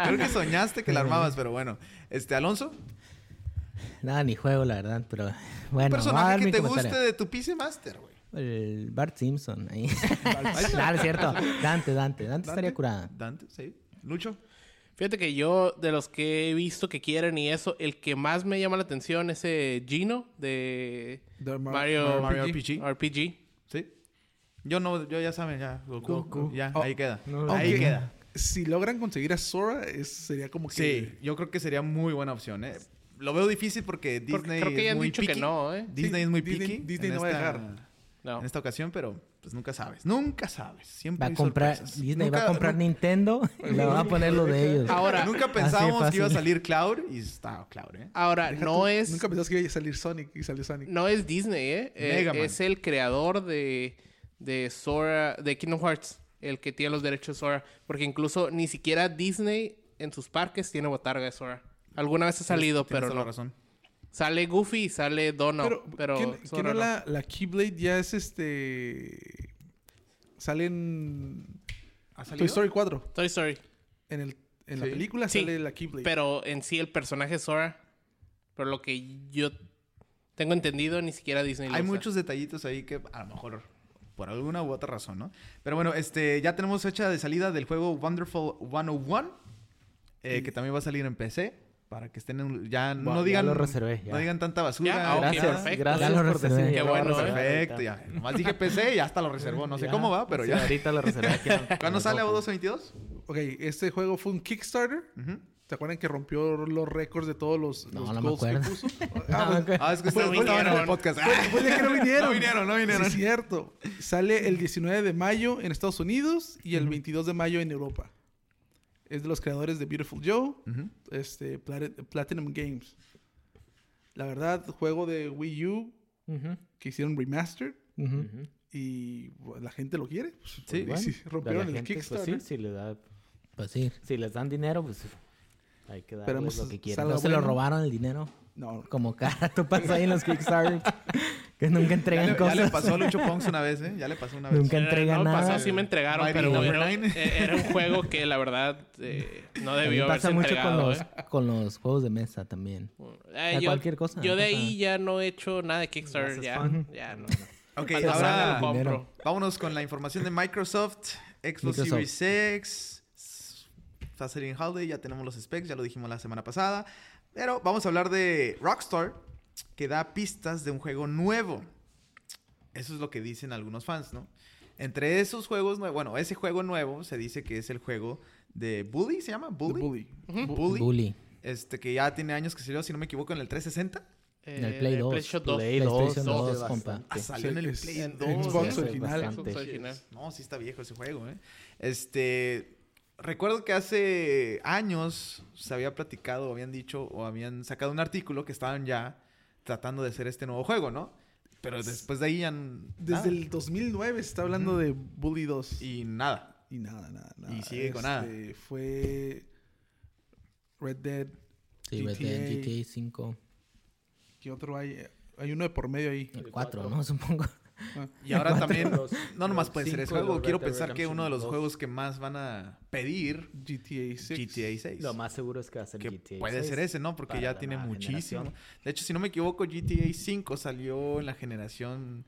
Speaker 1: Creo que soñaste que la armabas, pero bueno. Este, Alonso,
Speaker 4: Nada, ni juego, la verdad. Pero
Speaker 1: un
Speaker 4: bueno, voy a dar
Speaker 1: personaje que
Speaker 4: mi
Speaker 1: te
Speaker 4: comentario.
Speaker 1: guste de tu PC Master, güey.
Speaker 4: El Bart Simpson. Ahí. Ah, Claro, es cierto. Dante, Dante. Dante, estaría curada.
Speaker 1: Dante, sí. Lucho.
Speaker 5: Fíjate que yo, de los que he visto que quieren y eso, el que más me llama la atención es eh, Gino de
Speaker 2: De Mar-
Speaker 5: Mario,
Speaker 1: Mario
Speaker 5: RPG.
Speaker 1: RPG. Sí. Yo no, yo ya saben, ya. Goku,
Speaker 3: Goku.
Speaker 1: Ya,
Speaker 2: Oh,
Speaker 1: ahí queda.
Speaker 3: no,
Speaker 1: ahí
Speaker 2: ok.
Speaker 1: queda.
Speaker 2: Si logran conseguir a Sora, es- sería como que.
Speaker 1: Sí, yo creo que sería muy buena opción, ¿eh? Lo veo difícil porque Disney
Speaker 5: Porque creo que ya
Speaker 1: es
Speaker 5: han
Speaker 1: muy
Speaker 5: dicho
Speaker 1: picky.
Speaker 5: que no, ¿eh?
Speaker 1: Disney
Speaker 2: Sí,
Speaker 1: es muy
Speaker 2: Disney-
Speaker 1: picky.
Speaker 2: Disney
Speaker 1: en
Speaker 2: no va a
Speaker 1: esta-
Speaker 2: dejar.
Speaker 5: No.
Speaker 1: En
Speaker 2: Este,
Speaker 1: esta ocasión, pero pues nunca sabes. Nunca sabes. Siempre
Speaker 4: Va a
Speaker 1: hay
Speaker 4: comprar,
Speaker 1: sorpresas.
Speaker 4: Disney va
Speaker 1: Nunca-
Speaker 4: a comprar Nintendo y le va a poner lo de ellos.
Speaker 5: Ahora,
Speaker 1: Nunca
Speaker 4: Así de
Speaker 1: pensábamos que
Speaker 4: fácil.
Speaker 1: iba a salir Cloud y está Cloud, ¿eh?
Speaker 5: ahora
Speaker 2: Deja
Speaker 5: no
Speaker 2: tú,
Speaker 5: es
Speaker 2: Nunca pensás que iba a salir Sonic y salió Sonic.
Speaker 5: no es Disney, ¿eh? Eh,
Speaker 1: Mega Man.
Speaker 5: es el creador de, de Sora, de Kingdom Hearts, el que tiene los derechos de Sora. Porque incluso ni siquiera Disney en sus parques tiene botarga de Sora. Alguna
Speaker 2: Pues,
Speaker 5: vez ha salido,
Speaker 1: Tienes
Speaker 5: pero
Speaker 1: toda la
Speaker 5: no.
Speaker 1: razón.
Speaker 5: Sale Goofy y sale Donald,
Speaker 2: pero,
Speaker 5: pero,
Speaker 2: ¿quién, quién
Speaker 5: Sora
Speaker 2: no
Speaker 5: no.
Speaker 2: La, la Keyblade ya es este. Sale en.
Speaker 1: ¿Ha
Speaker 2: Toy Story 4.
Speaker 5: Toy Story.
Speaker 2: En, el, en la
Speaker 1: Sí.
Speaker 2: película
Speaker 5: Sí,
Speaker 2: sale la Keyblade.
Speaker 5: Pero en sí el personaje es Sora, por lo que yo tengo entendido, ni siquiera Disney lo
Speaker 1: Hay
Speaker 5: usa.
Speaker 1: muchos detallitos ahí que a lo mejor por alguna u otra razón, ¿no? Pero bueno, este, ya tenemos fecha de salida del juego Wonderful 101, eh, que también va a salir en PC, para que estén en- ya
Speaker 3: Bueno,
Speaker 1: no
Speaker 3: ya
Speaker 1: digan
Speaker 3: lo reservé, ya.
Speaker 1: no digan tanta basura.
Speaker 5: Ya, ah, ok,
Speaker 3: gracias,
Speaker 5: perfecto.
Speaker 3: gracias
Speaker 4: Ya lo
Speaker 3: por
Speaker 4: reservé.
Speaker 3: decirme.
Speaker 4: Qué
Speaker 3: Ya lo
Speaker 5: bueno,
Speaker 3: reservé
Speaker 1: Perfecto,
Speaker 3: ahorita.
Speaker 1: ya. Nomás dije PC y hasta lo reservó, no sé
Speaker 3: Ya,
Speaker 1: cómo va, pero
Speaker 3: sí,
Speaker 1: ya.
Speaker 3: Ahorita lo reservé. aquí no-
Speaker 1: ¿Cuándo
Speaker 3: no
Speaker 1: sale a
Speaker 3: toco.
Speaker 1: 222?
Speaker 2: Ok, este juego fue un Kickstarter. ¿Se acuerdan que rompió los récords de todos los,
Speaker 4: No,
Speaker 2: los
Speaker 4: no me
Speaker 2: goals que
Speaker 4: acuerdo.
Speaker 2: puso?
Speaker 4: No,
Speaker 2: Ah,
Speaker 4: ok.
Speaker 2: pues,
Speaker 1: Ah, es que
Speaker 5: No
Speaker 1: ustedes no estaban en el
Speaker 5: vinieron.
Speaker 1: podcast.
Speaker 2: pues de que no vinieron.
Speaker 1: No vinieron, no
Speaker 2: Sí,
Speaker 1: vinieron.
Speaker 2: es cierto. Sale el 19 de mayo en Estados Unidos y el 22 de mayo en Europa. Es de los creadores de Beautiful Joe,
Speaker 1: Ujú.
Speaker 2: este, Plat- Platinum Games. La verdad, juego de Wii U
Speaker 3: Ujú,
Speaker 2: que hicieron remastered
Speaker 4: Ujú.
Speaker 3: ujú.
Speaker 2: y bueno, la gente lo quiere. Pues,
Speaker 1: Sí,
Speaker 2: y
Speaker 1: bueno,
Speaker 2: sí,
Speaker 3: Pero la
Speaker 2: rompieron el
Speaker 3: gente, pues, sí,
Speaker 2: Kickstarter.
Speaker 3: si, le da-
Speaker 4: Pues sí.
Speaker 3: si les dan dinero, pues hay que darles
Speaker 2: Esperemos
Speaker 3: lo que quieran.
Speaker 2: salga
Speaker 4: No se lo
Speaker 2: bueno.
Speaker 4: robaron el dinero.
Speaker 2: No,
Speaker 4: Como cara tú pasas ahí en los Kickstarter. que nunca
Speaker 1: Ya
Speaker 4: entregan
Speaker 1: le, ya
Speaker 4: cosas.
Speaker 1: le pasó a Lucho Ponks una vez, ¿eh? Ya le pasó una vez.
Speaker 4: Nunca- que
Speaker 5: Eh,
Speaker 4: entrega
Speaker 5: no,
Speaker 4: nada.
Speaker 5: pasó, sí me entregaron,
Speaker 1: Mighty
Speaker 5: pero
Speaker 1: Number
Speaker 5: era,
Speaker 1: Nine.
Speaker 5: eh, era un juego que la verdad eh, no
Speaker 4: A mí
Speaker 5: debió haberse
Speaker 4: pasa mucho con
Speaker 5: entregado.
Speaker 4: los,
Speaker 5: ¿eh?
Speaker 4: con los juegos de mesa también.
Speaker 5: Eh,
Speaker 4: a
Speaker 5: yo,
Speaker 4: cualquier cosa,
Speaker 5: Yo
Speaker 4: no
Speaker 5: de
Speaker 4: pasa
Speaker 5: ahí ya no he hecho nada de Kickstarter.
Speaker 3: Gracias,
Speaker 5: Ya,
Speaker 3: Juan.
Speaker 5: ya no.
Speaker 1: Ok,
Speaker 5: Hasta
Speaker 1: ahora...
Speaker 5: lo compro.
Speaker 4: dinero.
Speaker 1: Vámonos con la información de Microsoft, Xbox
Speaker 4: Microsoft.
Speaker 1: Series X, está saliendo en Holiday, ya tenemos los specs, ya lo dijimos la semana pasada. Pero vamos a hablar de Rockstar, que da pistas de un juego nuevo. Eso es lo que dicen algunos fans, ¿no? Entre esos juegos nuevos, bueno, ese juego nuevo se dice que es el juego de Bully, ¿se llama? Bully.
Speaker 2: Bully.
Speaker 5: Ujú.
Speaker 1: Bully.
Speaker 4: Bully.
Speaker 1: Este, que ya tiene años que salió, si no me equivoco, en el 360.
Speaker 4: En el Play 2.
Speaker 5: eh, PlayStation 2.
Speaker 3: Play
Speaker 4: PlayStation
Speaker 5: 2,
Speaker 4: 2,
Speaker 5: dos,
Speaker 4: compa.
Speaker 1: Ah, salió en el
Speaker 2: es-
Speaker 1: Play
Speaker 2: en
Speaker 1: 2.
Speaker 2: Xbox
Speaker 3: sí,
Speaker 2: original.
Speaker 3: bastante.
Speaker 5: Xbox original.
Speaker 1: Pues, No, sí está viejo ese juego, ¿eh? Este. Recuerdo que hace años se había platicado, o habían dicho, o habían sacado un artículo que estaban ya tratando de hacer este nuevo juego, ¿no? Pero después de ahí ya. n- nada.
Speaker 2: Desde el 2009 se está hablando de Bully 2. Y,
Speaker 1: Y nada.
Speaker 2: nada, nada, nada.
Speaker 1: Y sigue con nada.
Speaker 2: Este, Fue Red Dead.
Speaker 4: Sí, Red Dead,
Speaker 2: GTA.
Speaker 4: GTA 5.
Speaker 2: ¿Qué otro hay? Hay uno de por medio ahí.
Speaker 4: El 4, ¿no? Supongo.
Speaker 1: Y ahora también. No nomás
Speaker 3: los
Speaker 1: puede ser
Speaker 3: cinco
Speaker 1: ese
Speaker 3: de
Speaker 1: juego.
Speaker 3: los
Speaker 1: Quiero
Speaker 3: Red Dead
Speaker 1: pensar que uno de los
Speaker 3: Redemption
Speaker 1: juegos que más van a pedir
Speaker 2: GTA 6.
Speaker 1: GTA 6.
Speaker 3: Lo más seguro es que va a ser
Speaker 1: que
Speaker 3: GTA
Speaker 1: puede
Speaker 3: 6.
Speaker 1: ser ese, ¿no? Porque
Speaker 3: para
Speaker 1: ya
Speaker 3: la
Speaker 1: tiene
Speaker 3: nueva
Speaker 1: muchísimo.
Speaker 3: generación.
Speaker 1: De hecho, si no me equivoco, GTA 5 salió en la generación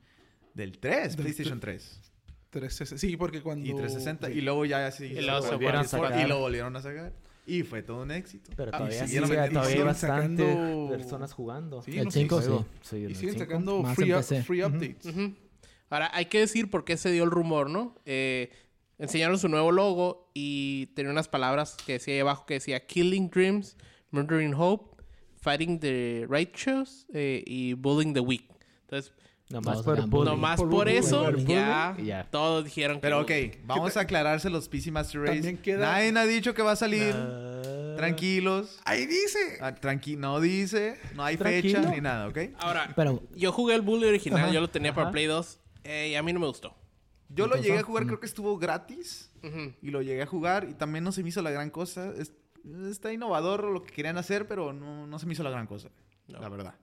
Speaker 1: del 3,
Speaker 2: Del
Speaker 1: PlayStation 3
Speaker 2: 360. Sí, porque cuando...
Speaker 1: y 360.
Speaker 2: Sí.
Speaker 1: Y luego ya así.
Speaker 5: Y luego
Speaker 1: se
Speaker 5: se
Speaker 1: volvieron a
Speaker 3: volvieron a
Speaker 1: sacar.
Speaker 3: sacar.
Speaker 1: Y lo volvieron a sacar. Y fue todo un éxito.
Speaker 3: Pero
Speaker 2: Ah,
Speaker 3: todavía,
Speaker 2: y
Speaker 3: sí,
Speaker 2: siguieron
Speaker 3: todavía
Speaker 2: vendiendo-
Speaker 3: hay
Speaker 2: y siguen
Speaker 3: bastante
Speaker 2: sacando-
Speaker 3: personas jugando.
Speaker 2: Sí,
Speaker 4: El
Speaker 2: no, sí,
Speaker 4: 5,
Speaker 3: Juego.
Speaker 4: sí.
Speaker 3: Sí,
Speaker 2: Y
Speaker 3: el
Speaker 2: siguen
Speaker 3: cinco.
Speaker 2: sacando
Speaker 4: Más
Speaker 2: free,
Speaker 4: en
Speaker 2: up-
Speaker 4: PC.
Speaker 2: free
Speaker 4: Ujú.
Speaker 2: updates.
Speaker 5: Ujú. Ahora, hay que decir por qué se dio el rumor, ¿no? Eh, enseñaron su nuevo logo y tenía unas palabras que decía ahí abajo que decía Killing Dreams, Murdering Hope, Fighting the Righteous eh, y Bullying the Weak. Entonces,
Speaker 3: Nomás
Speaker 4: No,
Speaker 3: por
Speaker 4: será
Speaker 3: bullying.
Speaker 5: nomás por,
Speaker 2: Por bullying.
Speaker 5: eso
Speaker 4: Por bullying.
Speaker 5: ya
Speaker 3: Ya.
Speaker 5: todos dijeron que...
Speaker 1: Pero ok,
Speaker 5: bullying.
Speaker 1: vamos a aclararse los PC Master Race.
Speaker 2: También queda-
Speaker 1: Nadie ha dicho que va a salir. Tranquilos.
Speaker 2: ¡Ahí dice!
Speaker 1: Ah, tranqui no dice. No hay
Speaker 3: Tranquilo.
Speaker 1: fecha ni nada, ¿ok?
Speaker 5: Ahora,
Speaker 4: Pero
Speaker 5: yo jugué el Bully original,
Speaker 3: Ajá,
Speaker 5: yo lo tenía para
Speaker 3: ajá.
Speaker 5: Play 2 eh, y a mí no me gustó.
Speaker 1: Yo lo
Speaker 4: Entonces,
Speaker 1: llegué a jugar,
Speaker 4: mm.
Speaker 1: creo que estuvo gratis.
Speaker 5: Ujú.
Speaker 1: y lo llegué a jugar y también no se me hizo la gran cosa. Es- está innovador lo que querían hacer, pero no, no se me hizo la gran cosa, la verdad.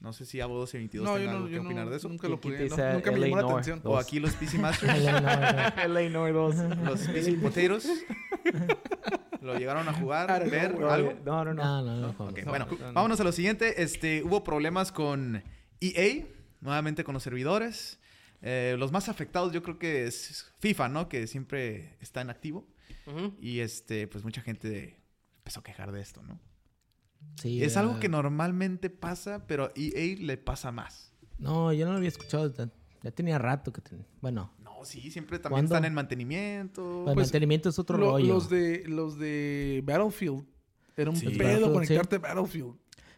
Speaker 1: No sé si Abo 1222
Speaker 2: No,
Speaker 1: tenga
Speaker 2: yo
Speaker 1: algo
Speaker 2: no,
Speaker 1: que
Speaker 2: yo
Speaker 1: opinar
Speaker 2: no,
Speaker 1: de eso.
Speaker 2: nunca
Speaker 3: Y
Speaker 2: lo
Speaker 3: aquí
Speaker 2: jugué.
Speaker 3: te
Speaker 2: no-
Speaker 3: dice
Speaker 2: nunca me llamó la
Speaker 3: Eleanor.
Speaker 2: atención.
Speaker 1: O aquí los PC Masters,
Speaker 4: LA no-
Speaker 3: LA Noir 2.
Speaker 1: los PC Poteros, lo llegaron a jugar,
Speaker 2: Ahora,
Speaker 1: ver
Speaker 2: no,
Speaker 1: algo.
Speaker 3: No, no, no.
Speaker 4: no, no, no,
Speaker 1: ¿No?
Speaker 4: no,
Speaker 1: Ok,
Speaker 4: no.
Speaker 1: bueno, vámonos a lo siguiente. Este, hubo problemas con EA, nuevamente con los servidores. Eh, los más afectados yo creo que es FIFA, ¿no? Que siempre está en activo.
Speaker 5: Ujú.
Speaker 1: Y este, pues mucha gente empezó a quejar de esto, ¿no?
Speaker 4: Sí,
Speaker 1: es algo
Speaker 4: ah,
Speaker 1: que normalmente pasa, pero EA le pasa más.
Speaker 4: No, yo no lo había escuchado. Ya, ya tenía rato que ten- Bueno,
Speaker 1: No, sí, siempre también
Speaker 4: ¿Cuándo?
Speaker 1: están en mantenimiento.
Speaker 4: pues,
Speaker 2: Pues,
Speaker 4: mantenimiento es otro
Speaker 2: Lo-
Speaker 4: rollo.
Speaker 2: Los de, los de Battlefield. Era un
Speaker 1: Sí.
Speaker 2: pedo
Speaker 4: Battlefield,
Speaker 2: conectarte a Battlefield.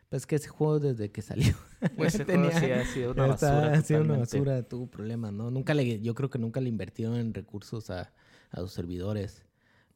Speaker 4: Pues que ese juego desde que salió.
Speaker 3: Pues ese juego sí ha sido una
Speaker 4: Está-
Speaker 3: basura.
Speaker 4: ha sido una
Speaker 3: totalmente.
Speaker 4: basura, tuvo problemas, ¿no? Nunca le, yo creo que nunca le invirtieron en recursos a, a sus servidores.